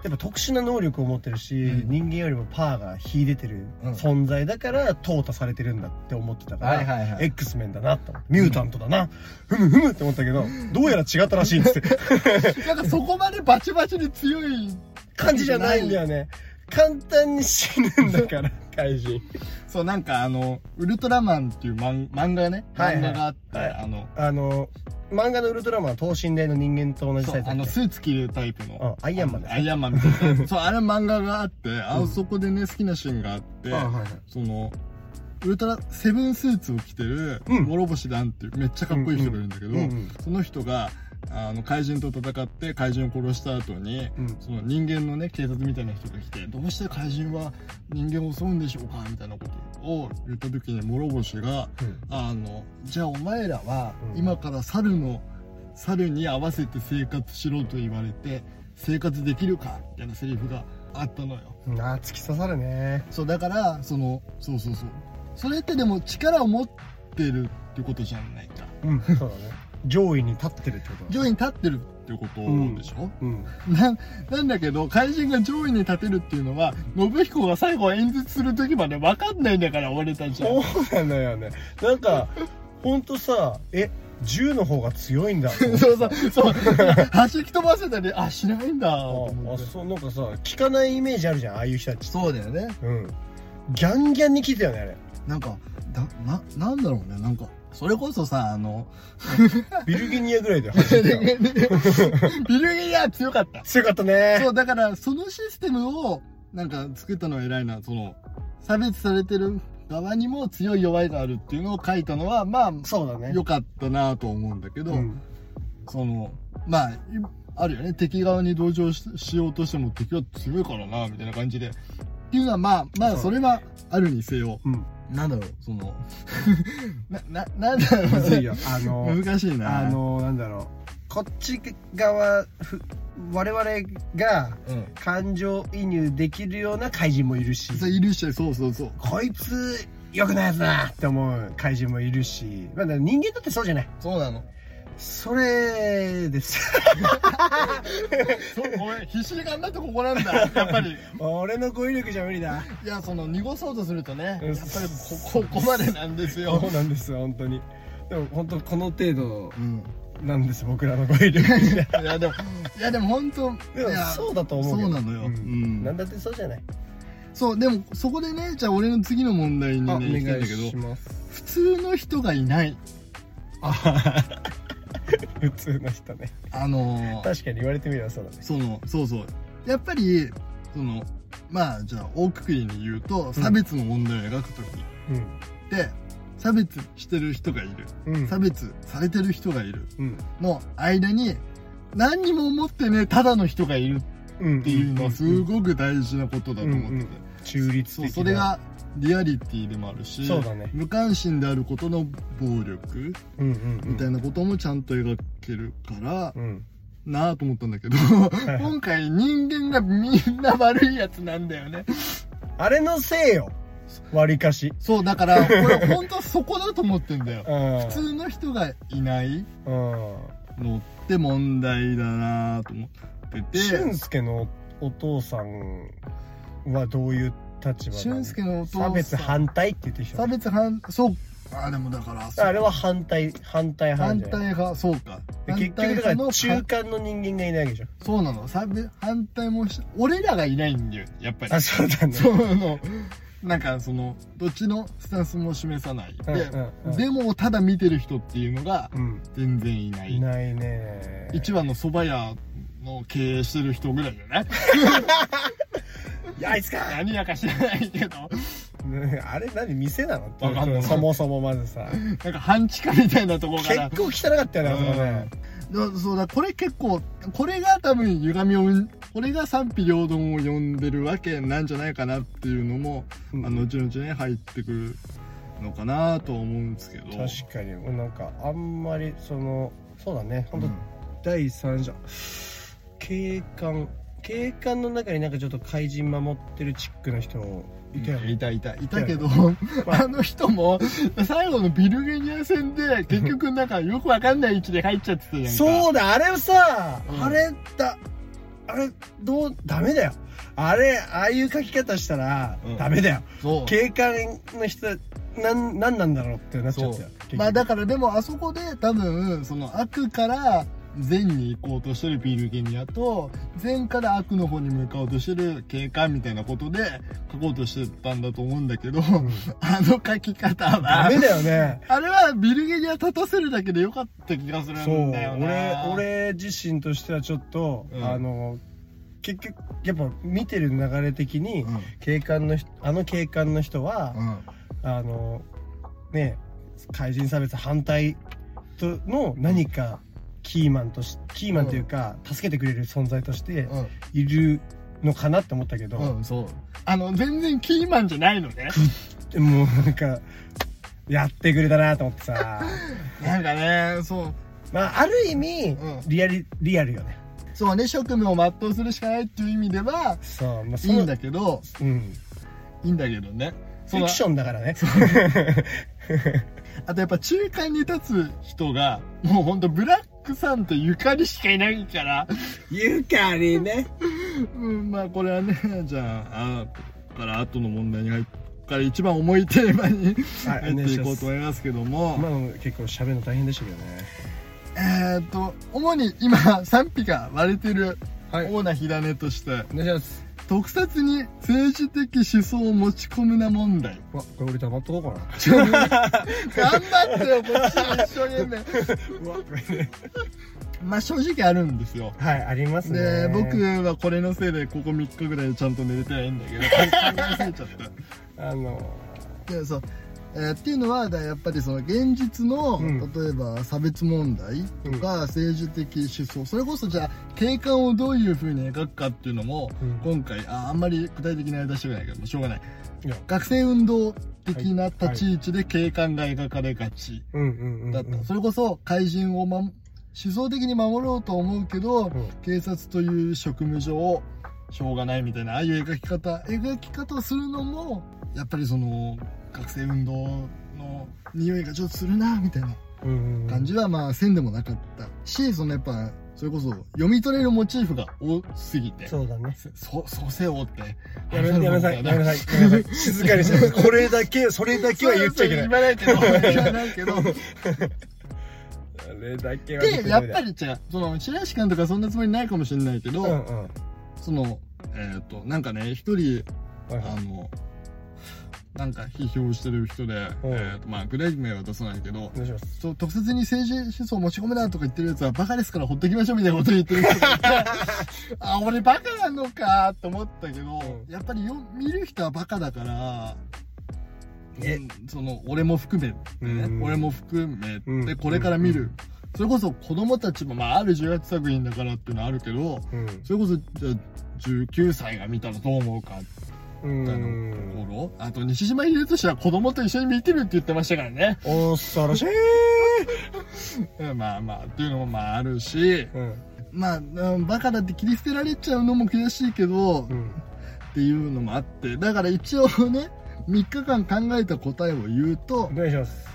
Speaker 1: やっぱ特殊な能力を持ってるし、
Speaker 2: うん
Speaker 1: 人間よりもパワーが秀でてる
Speaker 2: うん
Speaker 1: 存在だから淘汰されてるんだって思ってたから、
Speaker 2: はいはいはい
Speaker 1: X メンだなとミュータントだな、ふむふむって思ったけどどうやら違ったらしいん ですって
Speaker 2: なんかそこまでバチバチに強い
Speaker 1: 感じじゃないんだよね簡単に死ぬんだ から怪人
Speaker 2: そうなんかあのウルトラマンっていう漫漫画ね
Speaker 1: はいはい
Speaker 2: 漫画があって、
Speaker 1: はい
Speaker 2: あの
Speaker 1: あの漫画のウルトラマンは等身大の人間と同じ
Speaker 2: そ
Speaker 1: サイ
Speaker 2: う
Speaker 1: ズだ
Speaker 2: あ
Speaker 1: っ
Speaker 2: の
Speaker 1: け
Speaker 2: スーツ着るタイプ
Speaker 1: うん
Speaker 2: の、
Speaker 1: アイアンマンです
Speaker 2: アイアンマンみた いなそうあれ漫画があってあそこでね好きなシーンがあって、
Speaker 1: あはいはい
Speaker 2: そのウルトラセブンスーツを着てる
Speaker 1: うん
Speaker 2: 諸星団っていうめっちゃかっこいい人がいるんだけど、
Speaker 1: うんうん
Speaker 2: その人があの怪人と戦って怪人を殺した後に、
Speaker 1: うん
Speaker 2: その人間のね警察みたいな人が来てどうして怪人は人間を襲うんでしょうかみたいなことを言った時に諸星が
Speaker 1: うん
Speaker 2: あのじゃあお前らは
Speaker 1: うん
Speaker 2: 今から猿の猿に合わせて生活しろと言われて生活できるかみたいなセリフがあったのよ
Speaker 1: うんあー突き刺さるね
Speaker 2: そうだからそのそうそうそうそれってでも力を持ってるってことじゃないか
Speaker 1: うんそうだね上位に立ってるってことだね
Speaker 2: 上位に立ってるってことでしょ、
Speaker 1: うん
Speaker 2: なんなんだけど怪人が上位に立てるっていうのは信彦が最後演説する時まで分かんないんだから俺たちは
Speaker 1: そうなのよねなんかほんとさえ銃の方が強い んだ
Speaker 2: そうそうそう 弾き飛ばせたりあしないんだ
Speaker 1: あ
Speaker 2: と思
Speaker 1: あ
Speaker 2: って
Speaker 1: そうなんかさ聞かないイメージあるじゃんああいう人たち
Speaker 2: そうだよね
Speaker 1: うんギャンギャンに聞いたよねあ れ
Speaker 2: なんかだななんだろうねなんかそれこそさあ の
Speaker 1: ビルギニアぐらいで
Speaker 2: ビ
Speaker 1: 走 ってた
Speaker 2: ル
Speaker 1: よ
Speaker 2: ギニア強かった
Speaker 1: 強かったね
Speaker 2: そうだからそのシステムをなんか作ったのは偉いなその差別されてる側にも強い弱いがあるっていうのを書いたのはまあ
Speaker 1: そうだね
Speaker 2: 良かったなと思うんだけど、
Speaker 1: うん
Speaker 2: そのまあいあるよね敵側に同情ししようとしても敵は強いからなみたいな感じでっていうのはまあまあそれはあるにせよ、
Speaker 1: うん
Speaker 2: なんだろうそ のなななんだろう
Speaker 1: むずい
Speaker 2: ね
Speaker 1: よあの
Speaker 2: 難しいな
Speaker 1: あのなんだろうこっち側ふ我々が
Speaker 2: うん
Speaker 1: 感情移入できるような怪人もいるし
Speaker 2: そういるしそうそうそう
Speaker 1: こいつ良くないやつだって思う怪人もいるし、まあ、人間だってそうじゃない
Speaker 2: そうなの
Speaker 1: それです
Speaker 2: そうごめん必死に頑張ってここ なんだやっぱり
Speaker 1: 俺の語彙力じゃ無理だ
Speaker 2: いやその濁そうとするとねやっぱ
Speaker 1: うん
Speaker 2: りこここまでなんですよ
Speaker 1: そうなんですよ本当にでも本当この程度
Speaker 2: うん
Speaker 1: なんです僕らの語彙力
Speaker 2: いやでもいやでも本当
Speaker 1: でも
Speaker 2: いや
Speaker 1: そうだと思うけど
Speaker 2: そうなのよ
Speaker 1: ん
Speaker 2: うん
Speaker 1: なんだってそうじゃない
Speaker 2: そうでもそこでねじゃあ俺の次の問題にね
Speaker 1: あお
Speaker 2: 行きたいん
Speaker 1: 願い
Speaker 2: だけ
Speaker 1: し
Speaker 2: ど
Speaker 1: ます
Speaker 2: 普通の人がいない
Speaker 1: あ普通の人ね
Speaker 2: あのー
Speaker 1: 確かに言われてみればそうだね
Speaker 2: そのそうそうやっぱりそのまあじゃあ大くくりに言うと差別の問題を描く時って、差別してる人がいる
Speaker 1: うんうん
Speaker 2: 差別されてる人がいる
Speaker 1: うん
Speaker 2: の間に何にも思ってねただの人がいる
Speaker 1: うん
Speaker 2: っていうのはすごく大事なことだと思ってて、
Speaker 1: うんうん中立的
Speaker 2: そ
Speaker 1: な
Speaker 2: うそれがリアリティでもあるし
Speaker 1: そうだね
Speaker 2: 無関心であることの暴力
Speaker 1: うんうんうん
Speaker 2: みたいなこともちゃんと描けるから、
Speaker 1: うん
Speaker 2: なあと思ったんだけど、
Speaker 1: い
Speaker 2: 今回人間がみんな悪いやつなんだよね
Speaker 1: あれのせいよ割りかし
Speaker 2: そうだから俺本当そこだと思ってんだよ
Speaker 1: うん
Speaker 2: 普通の人がいない
Speaker 1: うん
Speaker 2: のって問題だなと思ってて
Speaker 1: 俊介のお父さんはどういう立場なの
Speaker 2: 俊介のお父さん
Speaker 1: 差別反対って言ってる人
Speaker 2: 差別反そうあでもだからそう
Speaker 1: あれは反対反対
Speaker 2: 反
Speaker 1: 反対
Speaker 2: 対派そうか
Speaker 1: 結局だか
Speaker 2: 反対
Speaker 1: ら
Speaker 2: 派
Speaker 1: 中間の人間がいないわけでしょ
Speaker 2: そうなの差別反対もし俺らがいないんだよやっぱり
Speaker 1: あそうだね
Speaker 2: そのなんかそのどっちのスタンスも示さないで、
Speaker 1: うんうんうん
Speaker 2: デモをただ見てる人っていうのが
Speaker 1: うん
Speaker 2: 全然いない
Speaker 1: いないね
Speaker 2: 一番の蕎麦屋の経営してる人ぐらいじゃない
Speaker 1: いやあいつか
Speaker 2: 何やか知らないけど
Speaker 1: ねあれ何店なのって
Speaker 2: わかんな い
Speaker 1: そもそもまずさ
Speaker 2: なんか半地下みたいなとこか
Speaker 1: 結
Speaker 2: ら
Speaker 1: 構汚かったよねあそこね
Speaker 2: だそうだこれ結構これが多分歪みを生んこれが賛否両論を呼んでるわけなんじゃないかなっていうのも、
Speaker 1: うん
Speaker 2: あの後々ね入ってくるのかなとは思うんですけど
Speaker 1: 確かに俺なんかあんまりそのそうだね本当、
Speaker 2: うん
Speaker 1: 第三者警官警官の中になんかちょっと怪人守ってるチックの人いたよね
Speaker 2: いたいたいたけど、
Speaker 1: まあ
Speaker 2: あの人も最後のビルゲニア戦で結局なんかよくわかんない位置で入っちゃってたじゃんか
Speaker 1: そうだあれをさ、
Speaker 2: うん
Speaker 1: あれだあれどうダメだよあれああいう書き方したら、
Speaker 2: うん
Speaker 1: ダメだよ
Speaker 2: そう
Speaker 1: 警官の人なんなんなんだろうってなっちゃったよ
Speaker 2: まあだ
Speaker 1: か
Speaker 2: からでもあそこで多分その悪から善に行こうとしてるビルゲニアと善から悪の方に向かおうとしてる警官みたいなことで書こうとしてたんだと思うんだけど、あの書き方
Speaker 1: ダ
Speaker 2: は
Speaker 1: メだよね
Speaker 2: あれはビルゲニア立たせるだけでよかった気がする
Speaker 1: そうん
Speaker 2: だよな
Speaker 1: 俺俺自身としてはちょっと、
Speaker 2: うん
Speaker 1: あの結局やっぱ見てる流れ的に、
Speaker 2: うん
Speaker 1: 警官の人あの警官の人は、
Speaker 2: うん
Speaker 1: あのね怪人差別反対との何かキーマンとしキーマンというか、助けてくれる存在として
Speaker 2: うん
Speaker 1: いるのかなって思ったけど、
Speaker 2: うん、そう。あの、全然キーマンじゃないのね。
Speaker 1: でもうなんかやってくれたなと思って さ
Speaker 2: なんかね、そう。
Speaker 1: まあある意味、
Speaker 2: うん
Speaker 1: リアリリアルよね
Speaker 2: そうね、職務を全うするしかないっていう意味では、
Speaker 1: そう、まあ、そ
Speaker 2: い
Speaker 1: の
Speaker 2: いんだけど、
Speaker 1: うん
Speaker 2: いいんだけどね。
Speaker 1: フィクションだからね。
Speaker 2: あとやっぱ中間に立つ人が、もうほんとブラックさんとゆかりしかいな いから、
Speaker 1: ゆかりね。
Speaker 2: うん、まあこれはね、じゃあ、あここから後の問題に入って、ここから一番重いテーマに
Speaker 1: はい
Speaker 2: 入っていこうと思いますけども、
Speaker 1: 今の結構喋るの大変でしたけどね。
Speaker 2: えーっと、主に今賛否が割れてる、
Speaker 1: は
Speaker 2: 主な火種として、
Speaker 1: お願いします。
Speaker 2: 特撮に政治的思想を持ち込むな問題。
Speaker 1: わ、これ俺黙っとこうかな。
Speaker 2: 頑張ってよ、こっちは一生懸命。
Speaker 1: うわ、これね。
Speaker 2: まあ正直あるんですよ。
Speaker 1: はい、ありますね。
Speaker 2: で、僕、はこれのせいでここ3日ぐらいちゃんと寝れてないんだ けど、考えすぎちゃっ
Speaker 1: あの、
Speaker 2: た。で、そう。えーっていうのは、だやっぱりその現実の、
Speaker 1: うん
Speaker 2: 例えば差別問題とか政治的思想、それこそじゃあ景観をどういうふうに描くかっていうのも、
Speaker 1: うん
Speaker 2: 今回あ、あんまり具体的なあれ出してこないけど、しょうがない。
Speaker 1: いや
Speaker 2: 学生運動的な立ち位置で景観が描かれがち
Speaker 1: うんうんうん。
Speaker 2: だった、それこそ怪人を、ま、思想的に守ろうと思うけど、
Speaker 1: うん
Speaker 2: 警察という職務上しょうがないみたいなああいう描き方描き方をするのもやっぱりその学生運動の匂いがちょっとするなみたいな
Speaker 1: うんうん。
Speaker 2: 感じはまあせんでもなかったしそのやっぱそれこそ読み取れるモチーフが多すぎて。
Speaker 1: そうだね。
Speaker 2: そそうせよって
Speaker 1: やめやめなさい、やめなさい、やめなさい。静かにして、これだけ、それだけは言っちゃいけない。
Speaker 2: ない。言わないけど、言わないけど。
Speaker 1: あれだけは言っ
Speaker 2: で、
Speaker 1: ち
Speaker 2: や
Speaker 1: ゃ
Speaker 2: っ
Speaker 1: いけ
Speaker 2: ぱ
Speaker 1: ない。
Speaker 2: り違う、その、白石君とかそんなつもりないかもしれないけど、
Speaker 1: うんうん。は
Speaker 2: その、えっ、と、なんかね、一人、
Speaker 1: い
Speaker 2: あ
Speaker 1: はい
Speaker 2: の、なんか批評してる人で、
Speaker 1: うん
Speaker 2: えーとまあ、具体名は出さないけど
Speaker 1: お、願いします。
Speaker 2: そう特設に政治思想を持ち込めなとか言ってるやつはバカですからほっときましょうみたいなこと言ってる人がいてあ俺バカなのかと思ったけど、
Speaker 1: うん
Speaker 2: やっぱりよ見る人はバカだから、
Speaker 1: え
Speaker 2: うんその俺も含めてね、
Speaker 1: うん
Speaker 2: 俺も含め
Speaker 1: う
Speaker 2: て
Speaker 1: ん
Speaker 2: これから見る、
Speaker 1: うん
Speaker 2: それこそ子供たちも、まあ、ある18作品だからっていうのはあるけど
Speaker 1: うん
Speaker 2: それこそじゃあ19歳が見たらどう思うかって
Speaker 1: う。
Speaker 2: いうんところあと西島秀俊は子供と一緒に見てるって言ってましたからね、
Speaker 1: 恐ろしい。
Speaker 2: うんまあまあっていうのもまああるし、
Speaker 1: うん。
Speaker 2: まあ、うんバカだって切り捨てられちゃうのも悔しいけど、
Speaker 1: う
Speaker 2: っ
Speaker 1: ん。
Speaker 2: ていうのもあってだから一応ね3日間考えた答えを言うと
Speaker 1: お願いします。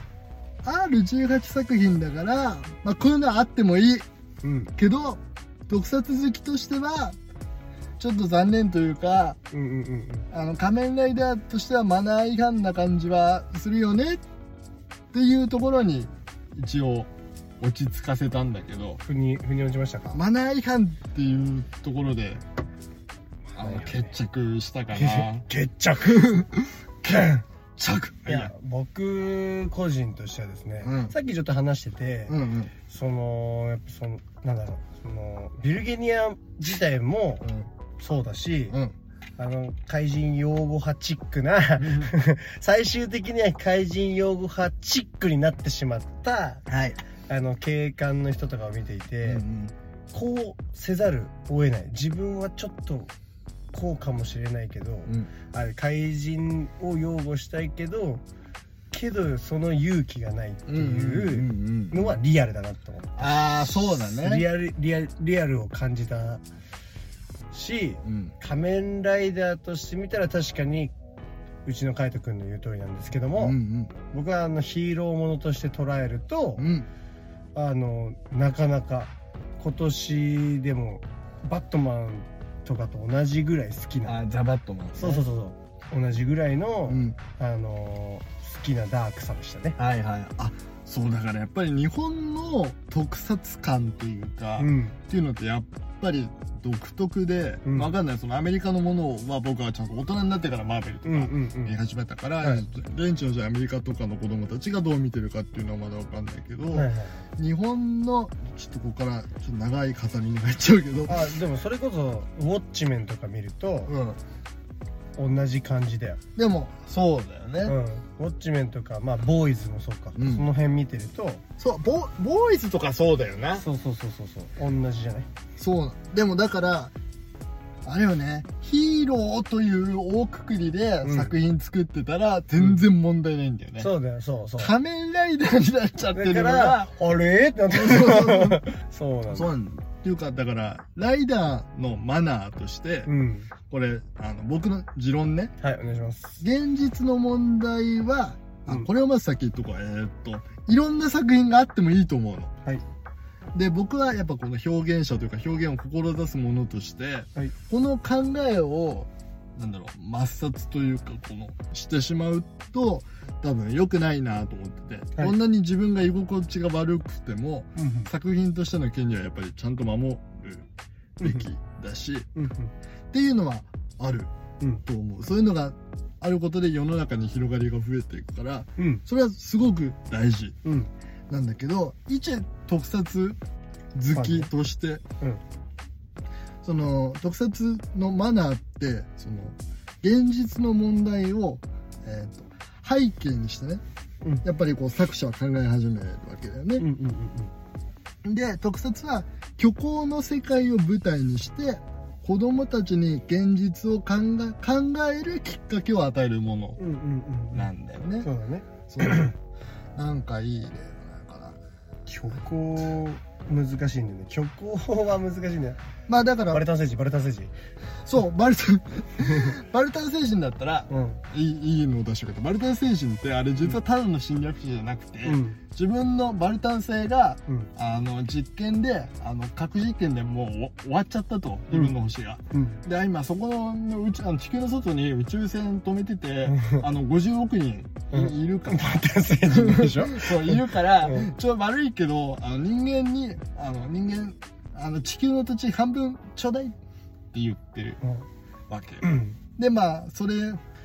Speaker 2: R18 作品だから、まあ、こういうのはあってもいい
Speaker 1: うん
Speaker 2: けど特撮好きとしてはちょっと残念というか
Speaker 1: うんうんうん
Speaker 2: あの仮面ライダーとしてはマナー違反な感じはするよねっていうところに一応落ち着かせたんだけど
Speaker 1: 腑に腑に落ちましたか
Speaker 2: マナー違反っていうところであ
Speaker 1: はい
Speaker 2: の
Speaker 1: はい
Speaker 2: 決着したかな
Speaker 1: 決着
Speaker 2: 着
Speaker 1: いや僕個人としてはですね、
Speaker 2: うん
Speaker 1: さっきちょっと話してて、
Speaker 2: うんうん
Speaker 1: そのやっぱそのなんだろうそのビルゲニア自体もそうだし、
Speaker 2: うんうん
Speaker 1: あの怪人擁護派チックな 最終的には怪人擁護派チックになってしまった
Speaker 2: はい
Speaker 1: あの警官の人とかを見ていて、
Speaker 2: うん
Speaker 1: こうせざるを得ない自分はちょっとこうかもしれないけど、
Speaker 2: うん
Speaker 1: あれ怪人を擁護したいけどけどその勇気がないって
Speaker 2: うんうん
Speaker 1: いう
Speaker 2: うんうん
Speaker 1: のはリアルだなと思った
Speaker 2: ああそうだ
Speaker 1: リ
Speaker 2: ね
Speaker 1: アルリアルリアルを感じたし
Speaker 2: うん
Speaker 1: 仮面ライダーとして見たら確かにうちの海斗君の言う通りなんですけども、
Speaker 2: うん
Speaker 1: 僕はあのヒーローものとして捉えると、
Speaker 2: うんうん
Speaker 1: あのなかなか今年でもバットマンとかと同じぐらい好きな
Speaker 2: あーザバッとも
Speaker 1: そうそうそうそう同じぐらいの、
Speaker 2: うん
Speaker 1: あの好きなダークさでしたね
Speaker 2: はいはいあそうだからやっぱり日本の特撮感っていうか、
Speaker 1: う
Speaker 2: っ
Speaker 1: ん
Speaker 2: ていうのってやっぱり独特で、
Speaker 1: うん
Speaker 2: わかんないそのアメリカのものを、まあ、僕はちゃんと大人になってからマーベルとか、
Speaker 1: うんうんうん
Speaker 2: 見始めたから、
Speaker 1: はい
Speaker 2: 現地のじゃあアメリカとかの子供たちがどう見てるかっていうのはまだわかんないけど、
Speaker 1: はいはい
Speaker 2: 日本のちょっとここからちょっと長い語りになっちゃうけど、
Speaker 1: あでもそれこそウォッチメンとか見ると
Speaker 2: うん、
Speaker 1: 同じ感じだよ、
Speaker 2: でもそうだよね、
Speaker 1: うん、ウォッチメンとかまあボーイズもそうか、
Speaker 2: うん
Speaker 1: その辺見てると
Speaker 2: そうボボーイズとかそうだよな
Speaker 1: そうそうそうそうそう同じじゃない
Speaker 2: そうでもだからあれよねヒーローという大くくりで
Speaker 1: うん
Speaker 2: 作品作ってたら全然問題ないんだよね、
Speaker 1: そうだよそうそう
Speaker 2: 仮面ライダーになっちゃってる
Speaker 1: だ
Speaker 2: の
Speaker 1: か
Speaker 2: が
Speaker 1: らあれってなって
Speaker 2: そうそうそう
Speaker 1: そうなん
Speaker 2: そ
Speaker 1: だ
Speaker 2: うなんだっていうかだからライダーのマナーとして、
Speaker 1: うん
Speaker 2: これあの僕の持論ね
Speaker 1: はいお願いします
Speaker 2: 現実の問題は、あ
Speaker 1: うん
Speaker 2: これをまず先言っとこうえーっといろんな作品があってもいいと思うの
Speaker 1: はい
Speaker 2: で僕はやっぱこの表現者というか表現を志すものとして、
Speaker 1: はい
Speaker 2: この考えをなんだろう抹殺というかこのしてしまうと多分良くないなと思ってて、
Speaker 1: はい
Speaker 2: こんなに自分が居心地が悪くても
Speaker 1: うん
Speaker 2: 作品としての権利はやっぱりちゃんと守るべきだし、っ
Speaker 1: うん
Speaker 2: ていうのはある
Speaker 1: うん
Speaker 2: と思うそういうのがあることで世の中に広がりが増えていくから
Speaker 1: うん
Speaker 2: それはすごく大事
Speaker 1: うん
Speaker 2: なんだけど一特撮好きとして、
Speaker 1: うん
Speaker 2: その特撮のマナーってその現実の問題を、えーと背景にしてね、
Speaker 1: うん
Speaker 2: やっぱりこう作者は考え始めるわけだよ
Speaker 1: うんうんう
Speaker 2: ね、
Speaker 1: ん
Speaker 2: で特撮は虚構の世界を舞台にして子供たちに現実を考え考えるきっかけを与えるもの
Speaker 1: うんうんうん
Speaker 2: なんだよね、
Speaker 1: そうだね
Speaker 2: そう なんかいい例だから
Speaker 1: 虚構難しいんだよね虚構は難しいんだよ
Speaker 2: まあだから
Speaker 1: バルタン星人バルタン星人
Speaker 2: そう、バルタン、 バルタン星人だったら、
Speaker 1: うん
Speaker 2: いいいいのを出してくれた。バルタン星人って、あれ実はただの侵略者じゃなくて、
Speaker 1: うん
Speaker 2: 自分のバルタン星が、
Speaker 1: うん
Speaker 2: あの、実験で、あの、核実験でもう終わ終わっちゃったと、自分の星が。
Speaker 1: うん
Speaker 2: で、今、そこの宇宙、あの地球の外に宇宙船止めてて、あの、50億人い,、
Speaker 1: うん
Speaker 2: るか
Speaker 1: バル
Speaker 2: ら。
Speaker 1: タン星人でしょ
Speaker 2: そう、いるから
Speaker 1: うん、
Speaker 2: ちょっと悪いけど、あの、人間に、あの、人間、あの、地球の土地半分ちょうだいって言ってるわけ。
Speaker 1: うん
Speaker 2: でまあそれ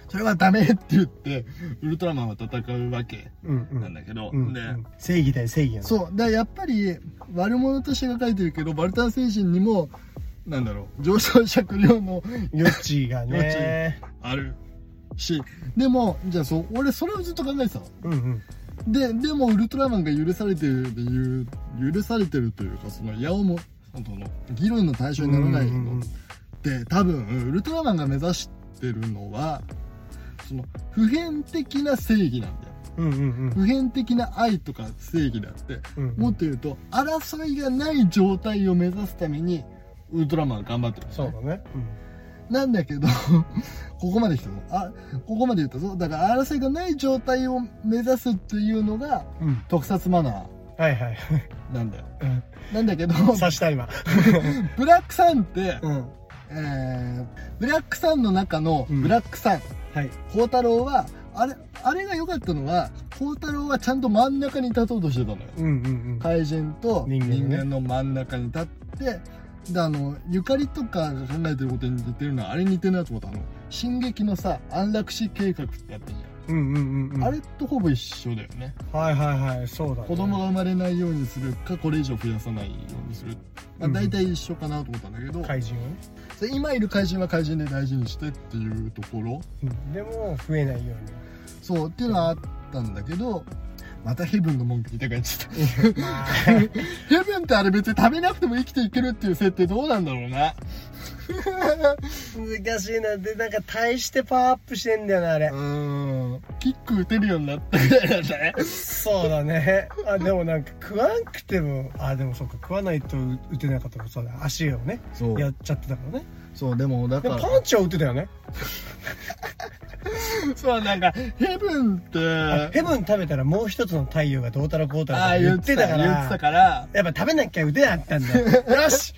Speaker 2: それはダメって言ってウルトラマンは戦うわけ
Speaker 1: うんう
Speaker 2: なん
Speaker 1: ん
Speaker 2: だけど、
Speaker 1: うん
Speaker 2: で、
Speaker 1: うん正義対正義やな
Speaker 2: そうだからやっぱり悪者として描いてるけどバルタン星人にもなんだろう上昇酌量も
Speaker 1: 余地がね
Speaker 2: あるしでもじゃあそう俺それをずっと考えてたの
Speaker 1: うんうん
Speaker 2: ででもウルトラマンが許されてる理由許されてるというかその矢をもその議論の対象にならないので多分ウルトラマンが目指してるのはその普遍的な正義なんだよ
Speaker 1: うんうん
Speaker 2: 普遍的な愛とか正義だって
Speaker 1: うん
Speaker 2: もっと言うと争いがない状態を目指すためにウルトラマンは頑張ってる
Speaker 1: そうだね
Speaker 2: なんだけど ここまで来たぞあここまで言ったぞだから争いがない状態を目指すっていうのが
Speaker 1: うん
Speaker 2: 特撮マナ
Speaker 1: はいはい
Speaker 2: ーなんだよ
Speaker 1: うん
Speaker 2: なんだけど
Speaker 1: 刺した今
Speaker 2: ブラックサンって、
Speaker 1: うん
Speaker 2: えーブラックサンの中の
Speaker 1: うん
Speaker 2: ブラックサン
Speaker 1: はい
Speaker 2: 孝、太郎はあれあれが良かったのは孝太郎はちゃんと真ん中に立とうとしてたのよ
Speaker 1: うんうん
Speaker 2: 怪人と
Speaker 1: 人間
Speaker 2: 人
Speaker 1: ね
Speaker 2: 間の真ん中に立ってであのゆかりとかが考えてることに似てるのはあれに似てるなと思ったあの進撃のさ安楽死計画ってやってるじ
Speaker 1: うんうんうんうんう
Speaker 2: ゃ
Speaker 1: ん
Speaker 2: ん、あれとほぼ一緒だよね
Speaker 1: はいはいはいそうだね
Speaker 2: 子供が生まれないようにするかこれ以上増やさないようにする、
Speaker 1: う
Speaker 2: まあ、
Speaker 1: ん
Speaker 2: 大体一緒かなと思ったんだけど、
Speaker 1: 怪人をね
Speaker 2: それ今いる怪人は怪人で大事にしてっていうところ
Speaker 1: うんでも増えないよ
Speaker 2: そうっていうのはあったんだけどまたヘブンの文句言いたくなっちゃっ
Speaker 1: うに
Speaker 2: たヘブンってあれ別に食べなくても生きていけるっていう設定どうなんだろうな
Speaker 1: 難しいなでなんか大してパワーアップしてんだよなあれ
Speaker 2: うんキック打てるようになったぐらいだったね
Speaker 1: そうだねあでもなんか食わんくてもあでもそうか食わないと打てなかったからそうだ足をね
Speaker 2: そ
Speaker 1: やっちゃってたからね
Speaker 2: そうでもだ
Speaker 1: でもパンチは打てたよね
Speaker 2: そうなんかヘブンって
Speaker 1: あヘブン食べたらもう一つの太陽がどうたらこうたらとか
Speaker 2: ー
Speaker 1: 言ってたから
Speaker 2: 言ってたから、
Speaker 1: やっぱ食べなきゃ打てなかったんだよよし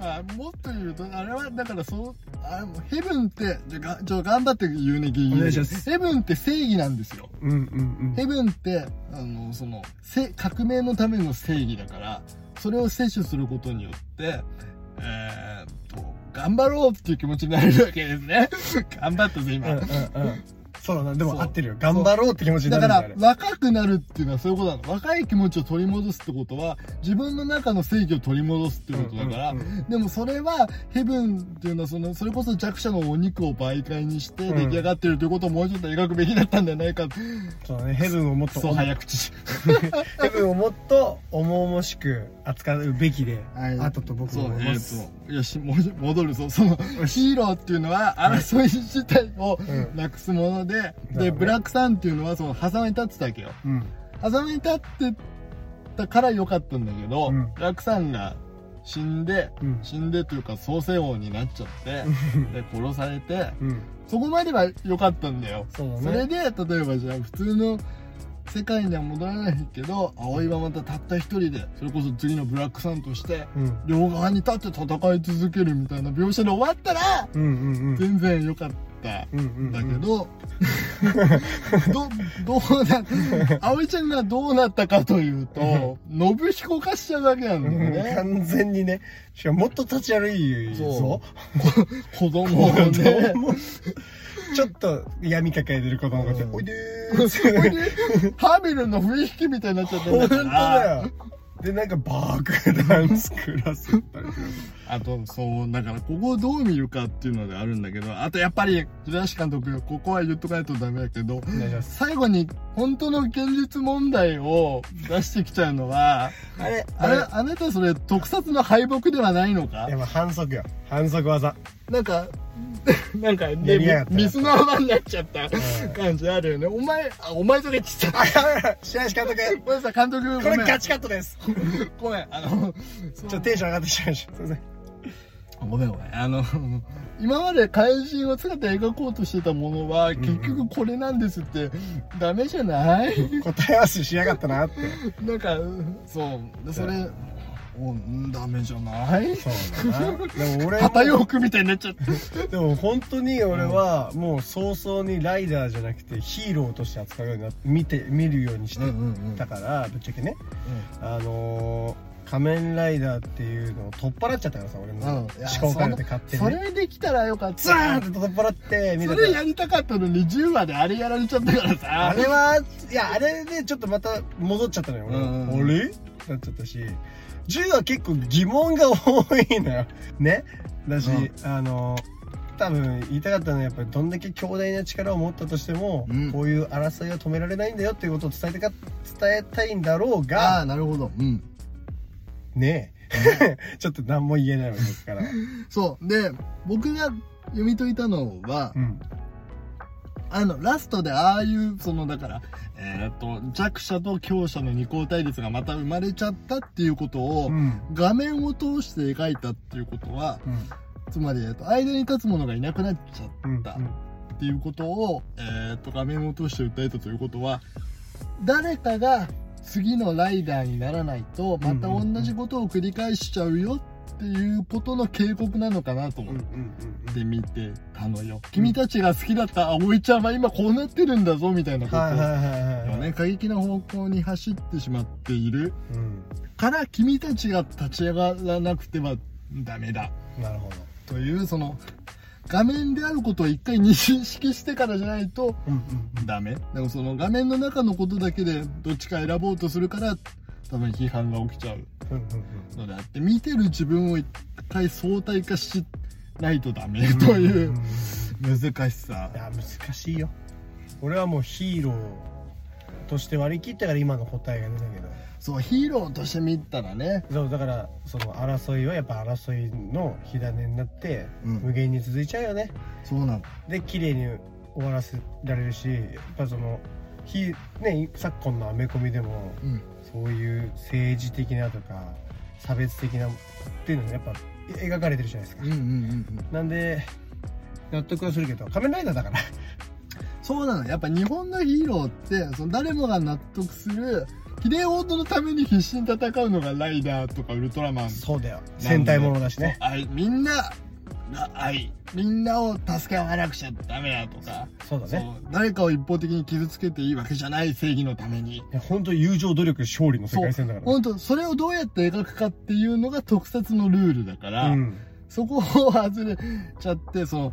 Speaker 2: まあ、もっと言うとあれはだからそうあのヘブンってじゃがちょ頑張って言うねギリギリ
Speaker 1: お願いします
Speaker 2: ヘブンって正義なんですよ
Speaker 1: うんうん
Speaker 2: ヘブンってあのそのせ革命のための正義だからそれを摂取することによってえーっと頑張ろうっていう気持ちになれるわけですね頑張ったぜ今、
Speaker 1: うんうんうんそうだなで
Speaker 2: そう
Speaker 1: も合ってるよ頑張ろうって気持ちにな
Speaker 2: だ
Speaker 1: る
Speaker 2: か
Speaker 1: んだ
Speaker 2: ら
Speaker 1: よね
Speaker 2: 若くなるっていうのはそういうことなの若い気持ちを取り戻すってことは自分の中の正義を取り戻すっていうことだから、
Speaker 1: うんうん
Speaker 2: でもそれはヘブンっていうのはそのそれこそ弱者のお肉を媒介にして
Speaker 1: うん
Speaker 2: 出来上がってるということをもうちょっと描くべきだったんじゃないかと、
Speaker 1: そうだねヘブンをもっと
Speaker 2: そう早口
Speaker 1: ヘブンをもっと重々しく扱うべきであったと僕
Speaker 2: そ
Speaker 1: は
Speaker 2: う
Speaker 1: 思い
Speaker 2: え
Speaker 1: ま
Speaker 2: っ、
Speaker 1: す
Speaker 2: とよしもう戻るぞそのヒーローっていうのは争い自体を
Speaker 1: ん
Speaker 2: なくすもので、
Speaker 1: ほど
Speaker 2: でブラックさんっていうのはその狭間に立ってたわけよ
Speaker 1: うん
Speaker 2: 狭間に立ってたから良かったんだけど、
Speaker 1: うん
Speaker 2: ブラックさんが死んで
Speaker 1: うん
Speaker 2: 死んでというか創世王になっちゃってで殺されて
Speaker 1: うん
Speaker 2: そこまでは良かったんだよ
Speaker 1: そう
Speaker 2: そ
Speaker 1: だね
Speaker 2: れで例えばじゃあ普通の世界には戻らないけど葵はまたたった一人でそれこそ次のブラックさんとして
Speaker 1: うん
Speaker 2: 両側に立って戦い続けるみたいな描写で終わったら
Speaker 1: うんうんうん
Speaker 2: 全然良かった
Speaker 1: うんうんうん
Speaker 2: んだけど、 どどうな葵ちゃんがどうなったかというと信彦化しちゃうわけなんだよね
Speaker 1: 完全にねしかももっと立ち歩いぞ
Speaker 2: 子供
Speaker 1: も
Speaker 2: を
Speaker 1: うね
Speaker 2: ね
Speaker 1: ちょっと闇抱えてる子供が来て
Speaker 2: うん
Speaker 1: おいでーす」
Speaker 2: これでハーベルの不意識みたいになっちゃってん
Speaker 1: 本
Speaker 2: だか
Speaker 1: 当だ
Speaker 2: ら
Speaker 1: よでなんか爆弾作らせたりとか
Speaker 2: あとそうだからここをどう見るかっていうのであるんだけどあとやっぱり平橋監督ここは言っとかないとダメだけど
Speaker 1: お願いします
Speaker 2: 最後に本当の現実問題を出してきちゃうのは
Speaker 1: あれ
Speaker 2: あ
Speaker 1: あ
Speaker 2: れ
Speaker 1: れ
Speaker 2: あなたそれ特撮の敗北ではないのか
Speaker 1: でも反則よ反則 技
Speaker 2: なんかなんか
Speaker 1: やりやがっ
Speaker 2: ね
Speaker 1: たな
Speaker 2: ミスの泡になっちゃった感じあるよねお前あお前とか言っち ゃった
Speaker 1: 白石監督
Speaker 2: ごめんなさい監督
Speaker 1: こ
Speaker 2: ご
Speaker 1: れ
Speaker 2: めん
Speaker 1: ガチカットです ち
Speaker 2: ごめんあのち
Speaker 1: ょっとテンション上がってしまいましたすいません
Speaker 2: ごめんごめんあの今まで怪人を姿描こうとしてたものは
Speaker 1: ん
Speaker 2: 結局これなんですって、ダメじゃない
Speaker 1: 答え合わせしやがったなって
Speaker 2: なんかそうそれおんダメじゃない
Speaker 1: そうだなでも俺も
Speaker 2: 旗ヨークみたいになっちゃった
Speaker 1: でも本当に俺はもう早々にライダーじゃなくてヒーローとして扱うようになって見て見るようにしてたからぶっちゃけねあのー仮面ライダーっていうのを取っ払っちゃったからさ俺
Speaker 2: うん
Speaker 1: の思
Speaker 2: いや
Speaker 1: 考かけて勝手に
Speaker 2: そ
Speaker 1: ね
Speaker 2: れできたらよかった
Speaker 1: ズーンって取っ払って見
Speaker 2: そ
Speaker 1: て
Speaker 2: れ
Speaker 1: た
Speaker 2: やりたかったのに10話であれやられちゃったから
Speaker 1: あ
Speaker 2: さ
Speaker 1: れはいやあれでちょっとまた戻っちゃったのよ俺は
Speaker 2: うん
Speaker 1: あれなっちゃったし10は結構疑問が多いのよ ねだし、
Speaker 2: う
Speaker 1: あの多分言いたかったのはやっぱりどんだけ強大な力を持ったとしても、
Speaker 2: うん
Speaker 1: こういう争いは止められないんだよっていうことを伝えてか伝えたいんだろう
Speaker 2: あ
Speaker 1: が
Speaker 2: あなるほどうん
Speaker 1: ねえ ちょっと何も言えないわけです から、
Speaker 2: そうで僕が読み解いたのは、
Speaker 1: うん
Speaker 2: あの、ラストでああいう、その、だから、えーっと、弱者と強者の二項対立がまた生まれちゃったっていうことを、
Speaker 1: うん
Speaker 2: 画面を通して描いたっていうことは、
Speaker 1: うん
Speaker 2: つまり、えっと、間に立つ者がいなくなっちゃ
Speaker 1: うん
Speaker 2: ったっていうことを、えっと画面を通して訴えたということは誰かが次のライダーにならないとまた
Speaker 1: うんうんうん
Speaker 2: 同じことを繰り返しちゃうよっていうことの警告なのかなと
Speaker 1: うん
Speaker 2: 思
Speaker 1: うんうん
Speaker 2: って見てたのよ。君たちが好きだった葵ちゃんは今こうなってるんだぞみたいな
Speaker 1: うん
Speaker 2: こと
Speaker 1: はいはい
Speaker 2: を
Speaker 1: はいはい、
Speaker 2: ね過激な方向に走ってしまっている
Speaker 1: うん、
Speaker 2: から君たちが立ち上がらなくてはダメだ
Speaker 1: なるほど、
Speaker 2: というその画面であることを一回認識してからじゃないと
Speaker 1: うんうん
Speaker 2: ダメだからその画面の中のことだけでどっちか選ぼうとするから多分批判が起きちゃう
Speaker 1: うんうんうん
Speaker 2: のであって見てる自分を一回相対化しないとダメとい
Speaker 1: ん
Speaker 2: うん難しさ
Speaker 1: いや難しいよ俺はもうヒーローとして割り切ったから今の答えが出たけど
Speaker 2: そうヒーローとして見たらね
Speaker 1: そうだからその争いはやっぱ争いの火種になって、
Speaker 2: うん
Speaker 1: 無限に続いちゃうよね
Speaker 2: そうなの
Speaker 1: で綺麗に終わらせられるしやっぱそのひね昨今のアメコミでも
Speaker 2: うん
Speaker 1: そういう政治的なとか差別的なっていうのがやっぱ描かれてるじゃないですか、
Speaker 2: うんうんうん
Speaker 1: なんで納得はするけど仮面ライダーだから
Speaker 2: そうなのやっぱ日本のヒーローってその誰もが納得する綺麗事のために必死に戦うのがライダーとかウルトラマン
Speaker 1: そうだよ戦隊ものだしね
Speaker 2: そう愛みんなが愛みんなを助け合わなくちゃダメだとか
Speaker 1: そうだね
Speaker 2: そう誰かを一方的に傷つけていいわけじゃない正義のために
Speaker 1: いや本当友情努力勝利の世界戦だから
Speaker 2: 本当それをどうやって描くかっていうのが特撮のルールだから、
Speaker 1: うん
Speaker 2: そこを外れちゃってその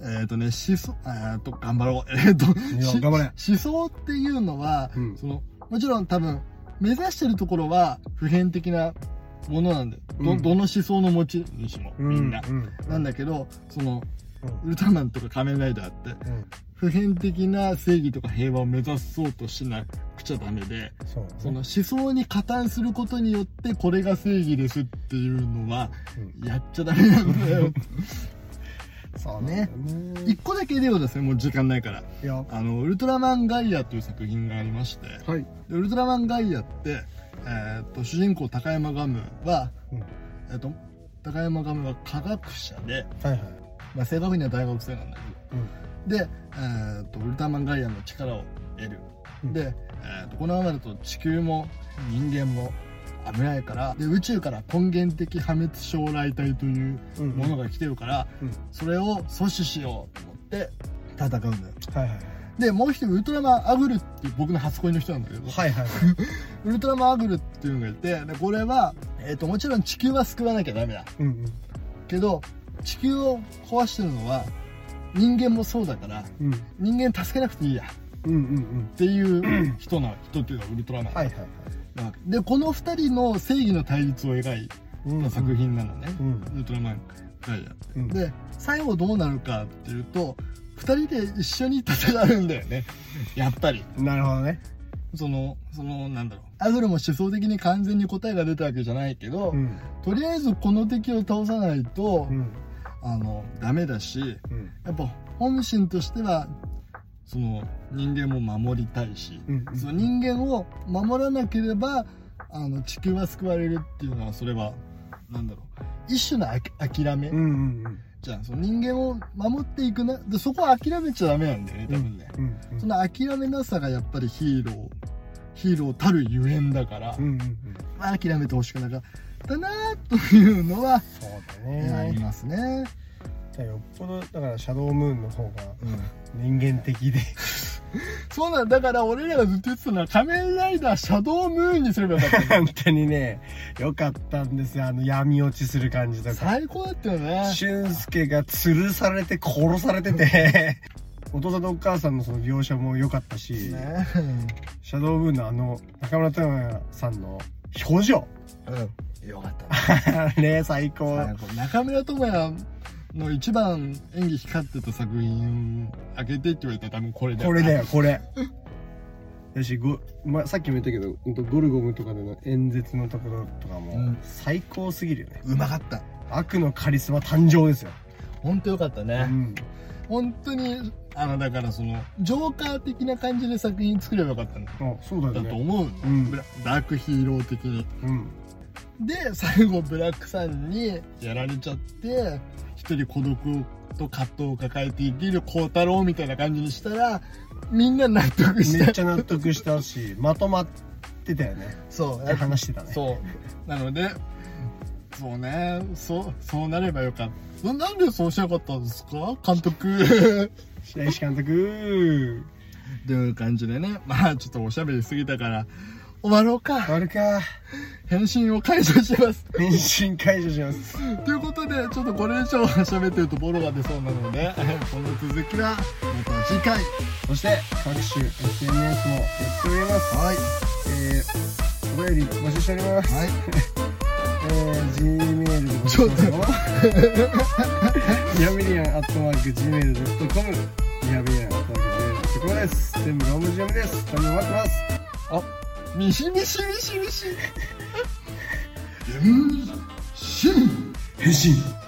Speaker 2: えっ、とね思想えーと頑張ろう えっ、と
Speaker 1: いや
Speaker 2: し
Speaker 1: 頑張 れ
Speaker 2: 思想っていうのは、
Speaker 1: うん
Speaker 2: そのもちろん多分目指してるところは普遍的なものなんで、
Speaker 1: う
Speaker 2: ど
Speaker 1: ん
Speaker 2: どの思想の持ち主もみんな、
Speaker 1: うんうん
Speaker 2: なんだけどその
Speaker 1: うん
Speaker 2: ウルトラマンとか仮面ライダーって
Speaker 1: うん
Speaker 2: 普遍的な正義とか平和を目指そうとしなくちゃダメで
Speaker 1: そうだね
Speaker 2: その思想に加担することによってこれが正義ですっていうのは
Speaker 1: うん
Speaker 2: やっちゃダメなん だよ
Speaker 1: そうね
Speaker 2: 一個だけ例をですねもう時間ないから
Speaker 1: いや
Speaker 2: あのウルトラマンガイアという作品がありまして
Speaker 1: はい
Speaker 2: でウルトラマンガイアって、えーっと主人公高山ガムは、
Speaker 1: うん
Speaker 2: えーっと高山ガムは科学者で、
Speaker 1: はいはい
Speaker 2: まあ、正確には大学生なんだけど、
Speaker 1: うん
Speaker 2: で、えーっとウルトラマンガイアの力を得る、
Speaker 1: うん
Speaker 2: で、えーっとこのままだと地球も人間も危ないからで宇宙から根源的破滅将来体という
Speaker 1: うんうん
Speaker 2: ものが来てるから、
Speaker 1: うん
Speaker 2: それを阻止しようと思って戦うんだよ
Speaker 1: はいはい
Speaker 2: でもう一人ウルトラマンアグルっていう僕の初恋の人なんだけど、
Speaker 1: はいはい
Speaker 2: ウルトラマンアグルっていうのがいてでこれは、えー、ともちろん地球は救わなきゃダメだ
Speaker 1: うんうん
Speaker 2: けど地球を壊してるのは人間もそうだから
Speaker 1: うん
Speaker 2: 人間助けなくていいやっ
Speaker 1: うんうんうん
Speaker 2: ていう人な人っていうのはウルトラマン、
Speaker 1: はいはいはい
Speaker 2: なわけでこの2人の正義の対立を描いた作品なのね、
Speaker 1: うん
Speaker 2: ウルトラマンガイアって、
Speaker 1: うん
Speaker 2: で最後どうなるかっていうと2人で一緒に戦うんだよねやっぱり
Speaker 1: なるほどね
Speaker 2: そのそのなんだろうアグルも思想的に完全に答えが出たわけじゃないけど、
Speaker 1: うん
Speaker 2: とりあえずこの敵を倒さないと、
Speaker 1: うん
Speaker 2: あのダメだし
Speaker 1: うん
Speaker 2: やっぱ本心としてはその人間も守りたいし、
Speaker 1: うん
Speaker 2: その人間を守らなければあの地球は救われるっていうのはそれはなんだろう一種のあき諦め
Speaker 1: うんうん
Speaker 2: じゃんその人間を守っていくなでそこは諦めちゃダメなんだよね多分ね、
Speaker 1: うんうん
Speaker 2: その諦めなさがやっぱりヒーローヒーローたるゆえんだから
Speaker 1: う、んうんうん
Speaker 2: まあ諦めてほしくなかったなというのは
Speaker 1: そうだ
Speaker 2: あり
Speaker 1: ね
Speaker 2: ますね、
Speaker 1: じゃあよっぽどだからシャドームーンの方が
Speaker 2: うん
Speaker 1: 人間的で
Speaker 2: そうなんだから俺らがずっと言ってたのは仮面ライダーシャドームーンにすればよかった
Speaker 1: 本当にね良かったんですよあの闇落ちする感じ とか
Speaker 2: 最高だったよね
Speaker 1: 俊介が吊るされて殺されて てお父さんとお母さんのその描写も良かったし、
Speaker 2: ね
Speaker 1: シャドーブーンのあの中村太也さんの表情
Speaker 2: うんよかったね
Speaker 1: あれ最高
Speaker 2: 最高中村智也の一番演技光ってた作品あげてって言われたら多分これだ
Speaker 1: これだよこ れだしご、まあ、さっきも言ったけどほんとゴルゴムとかでの演説のところとか
Speaker 2: う
Speaker 1: も
Speaker 2: ん
Speaker 1: 最高すぎるよね、
Speaker 2: うまかった
Speaker 1: 悪のカリスマ誕生ですよ、
Speaker 2: 本当よかった
Speaker 1: う
Speaker 2: ね、
Speaker 1: ん、
Speaker 2: 本当にあのだからそのジョーカー的な感じで作品作ればよかったんだ
Speaker 1: あそうだよ
Speaker 2: だと
Speaker 1: ね
Speaker 2: 思う、
Speaker 1: うん
Speaker 2: ブラダークヒーロー的に
Speaker 1: うん
Speaker 2: で最後ブラックさんにやられちゃって一人孤独と葛藤を抱えて生きる孝太郎みたいな感じにしたらみんな納得し
Speaker 1: め
Speaker 2: た
Speaker 1: っちゃ納得したし まとまってたよね
Speaker 2: そう
Speaker 1: って話してたね
Speaker 2: そうなのでそうねそうそうなればよかったななんでそうしなかったんですか監督
Speaker 1: 白石監督
Speaker 2: という感じでね まあちょっとおしゃべりしすぎたから終わろう
Speaker 1: 終
Speaker 2: か
Speaker 1: わるか
Speaker 2: 返信を解除します
Speaker 1: 返信解除します
Speaker 2: ということでちょっとこれ以上喋ってるとボロが出そうなので この続きはまた次回
Speaker 1: そして各種 SNS もやっております
Speaker 2: はい
Speaker 1: えー、お便り募集しております、
Speaker 2: はい
Speaker 1: えー、Gmail で募集しております
Speaker 2: ちょっ
Speaker 1: ヤビリアンアットマーク Gmail.com ヤビリアンアットマーク Gmail.com です全部ロームジムです多分待ってます
Speaker 2: ミシミシミ シミシミシン
Speaker 1: 変身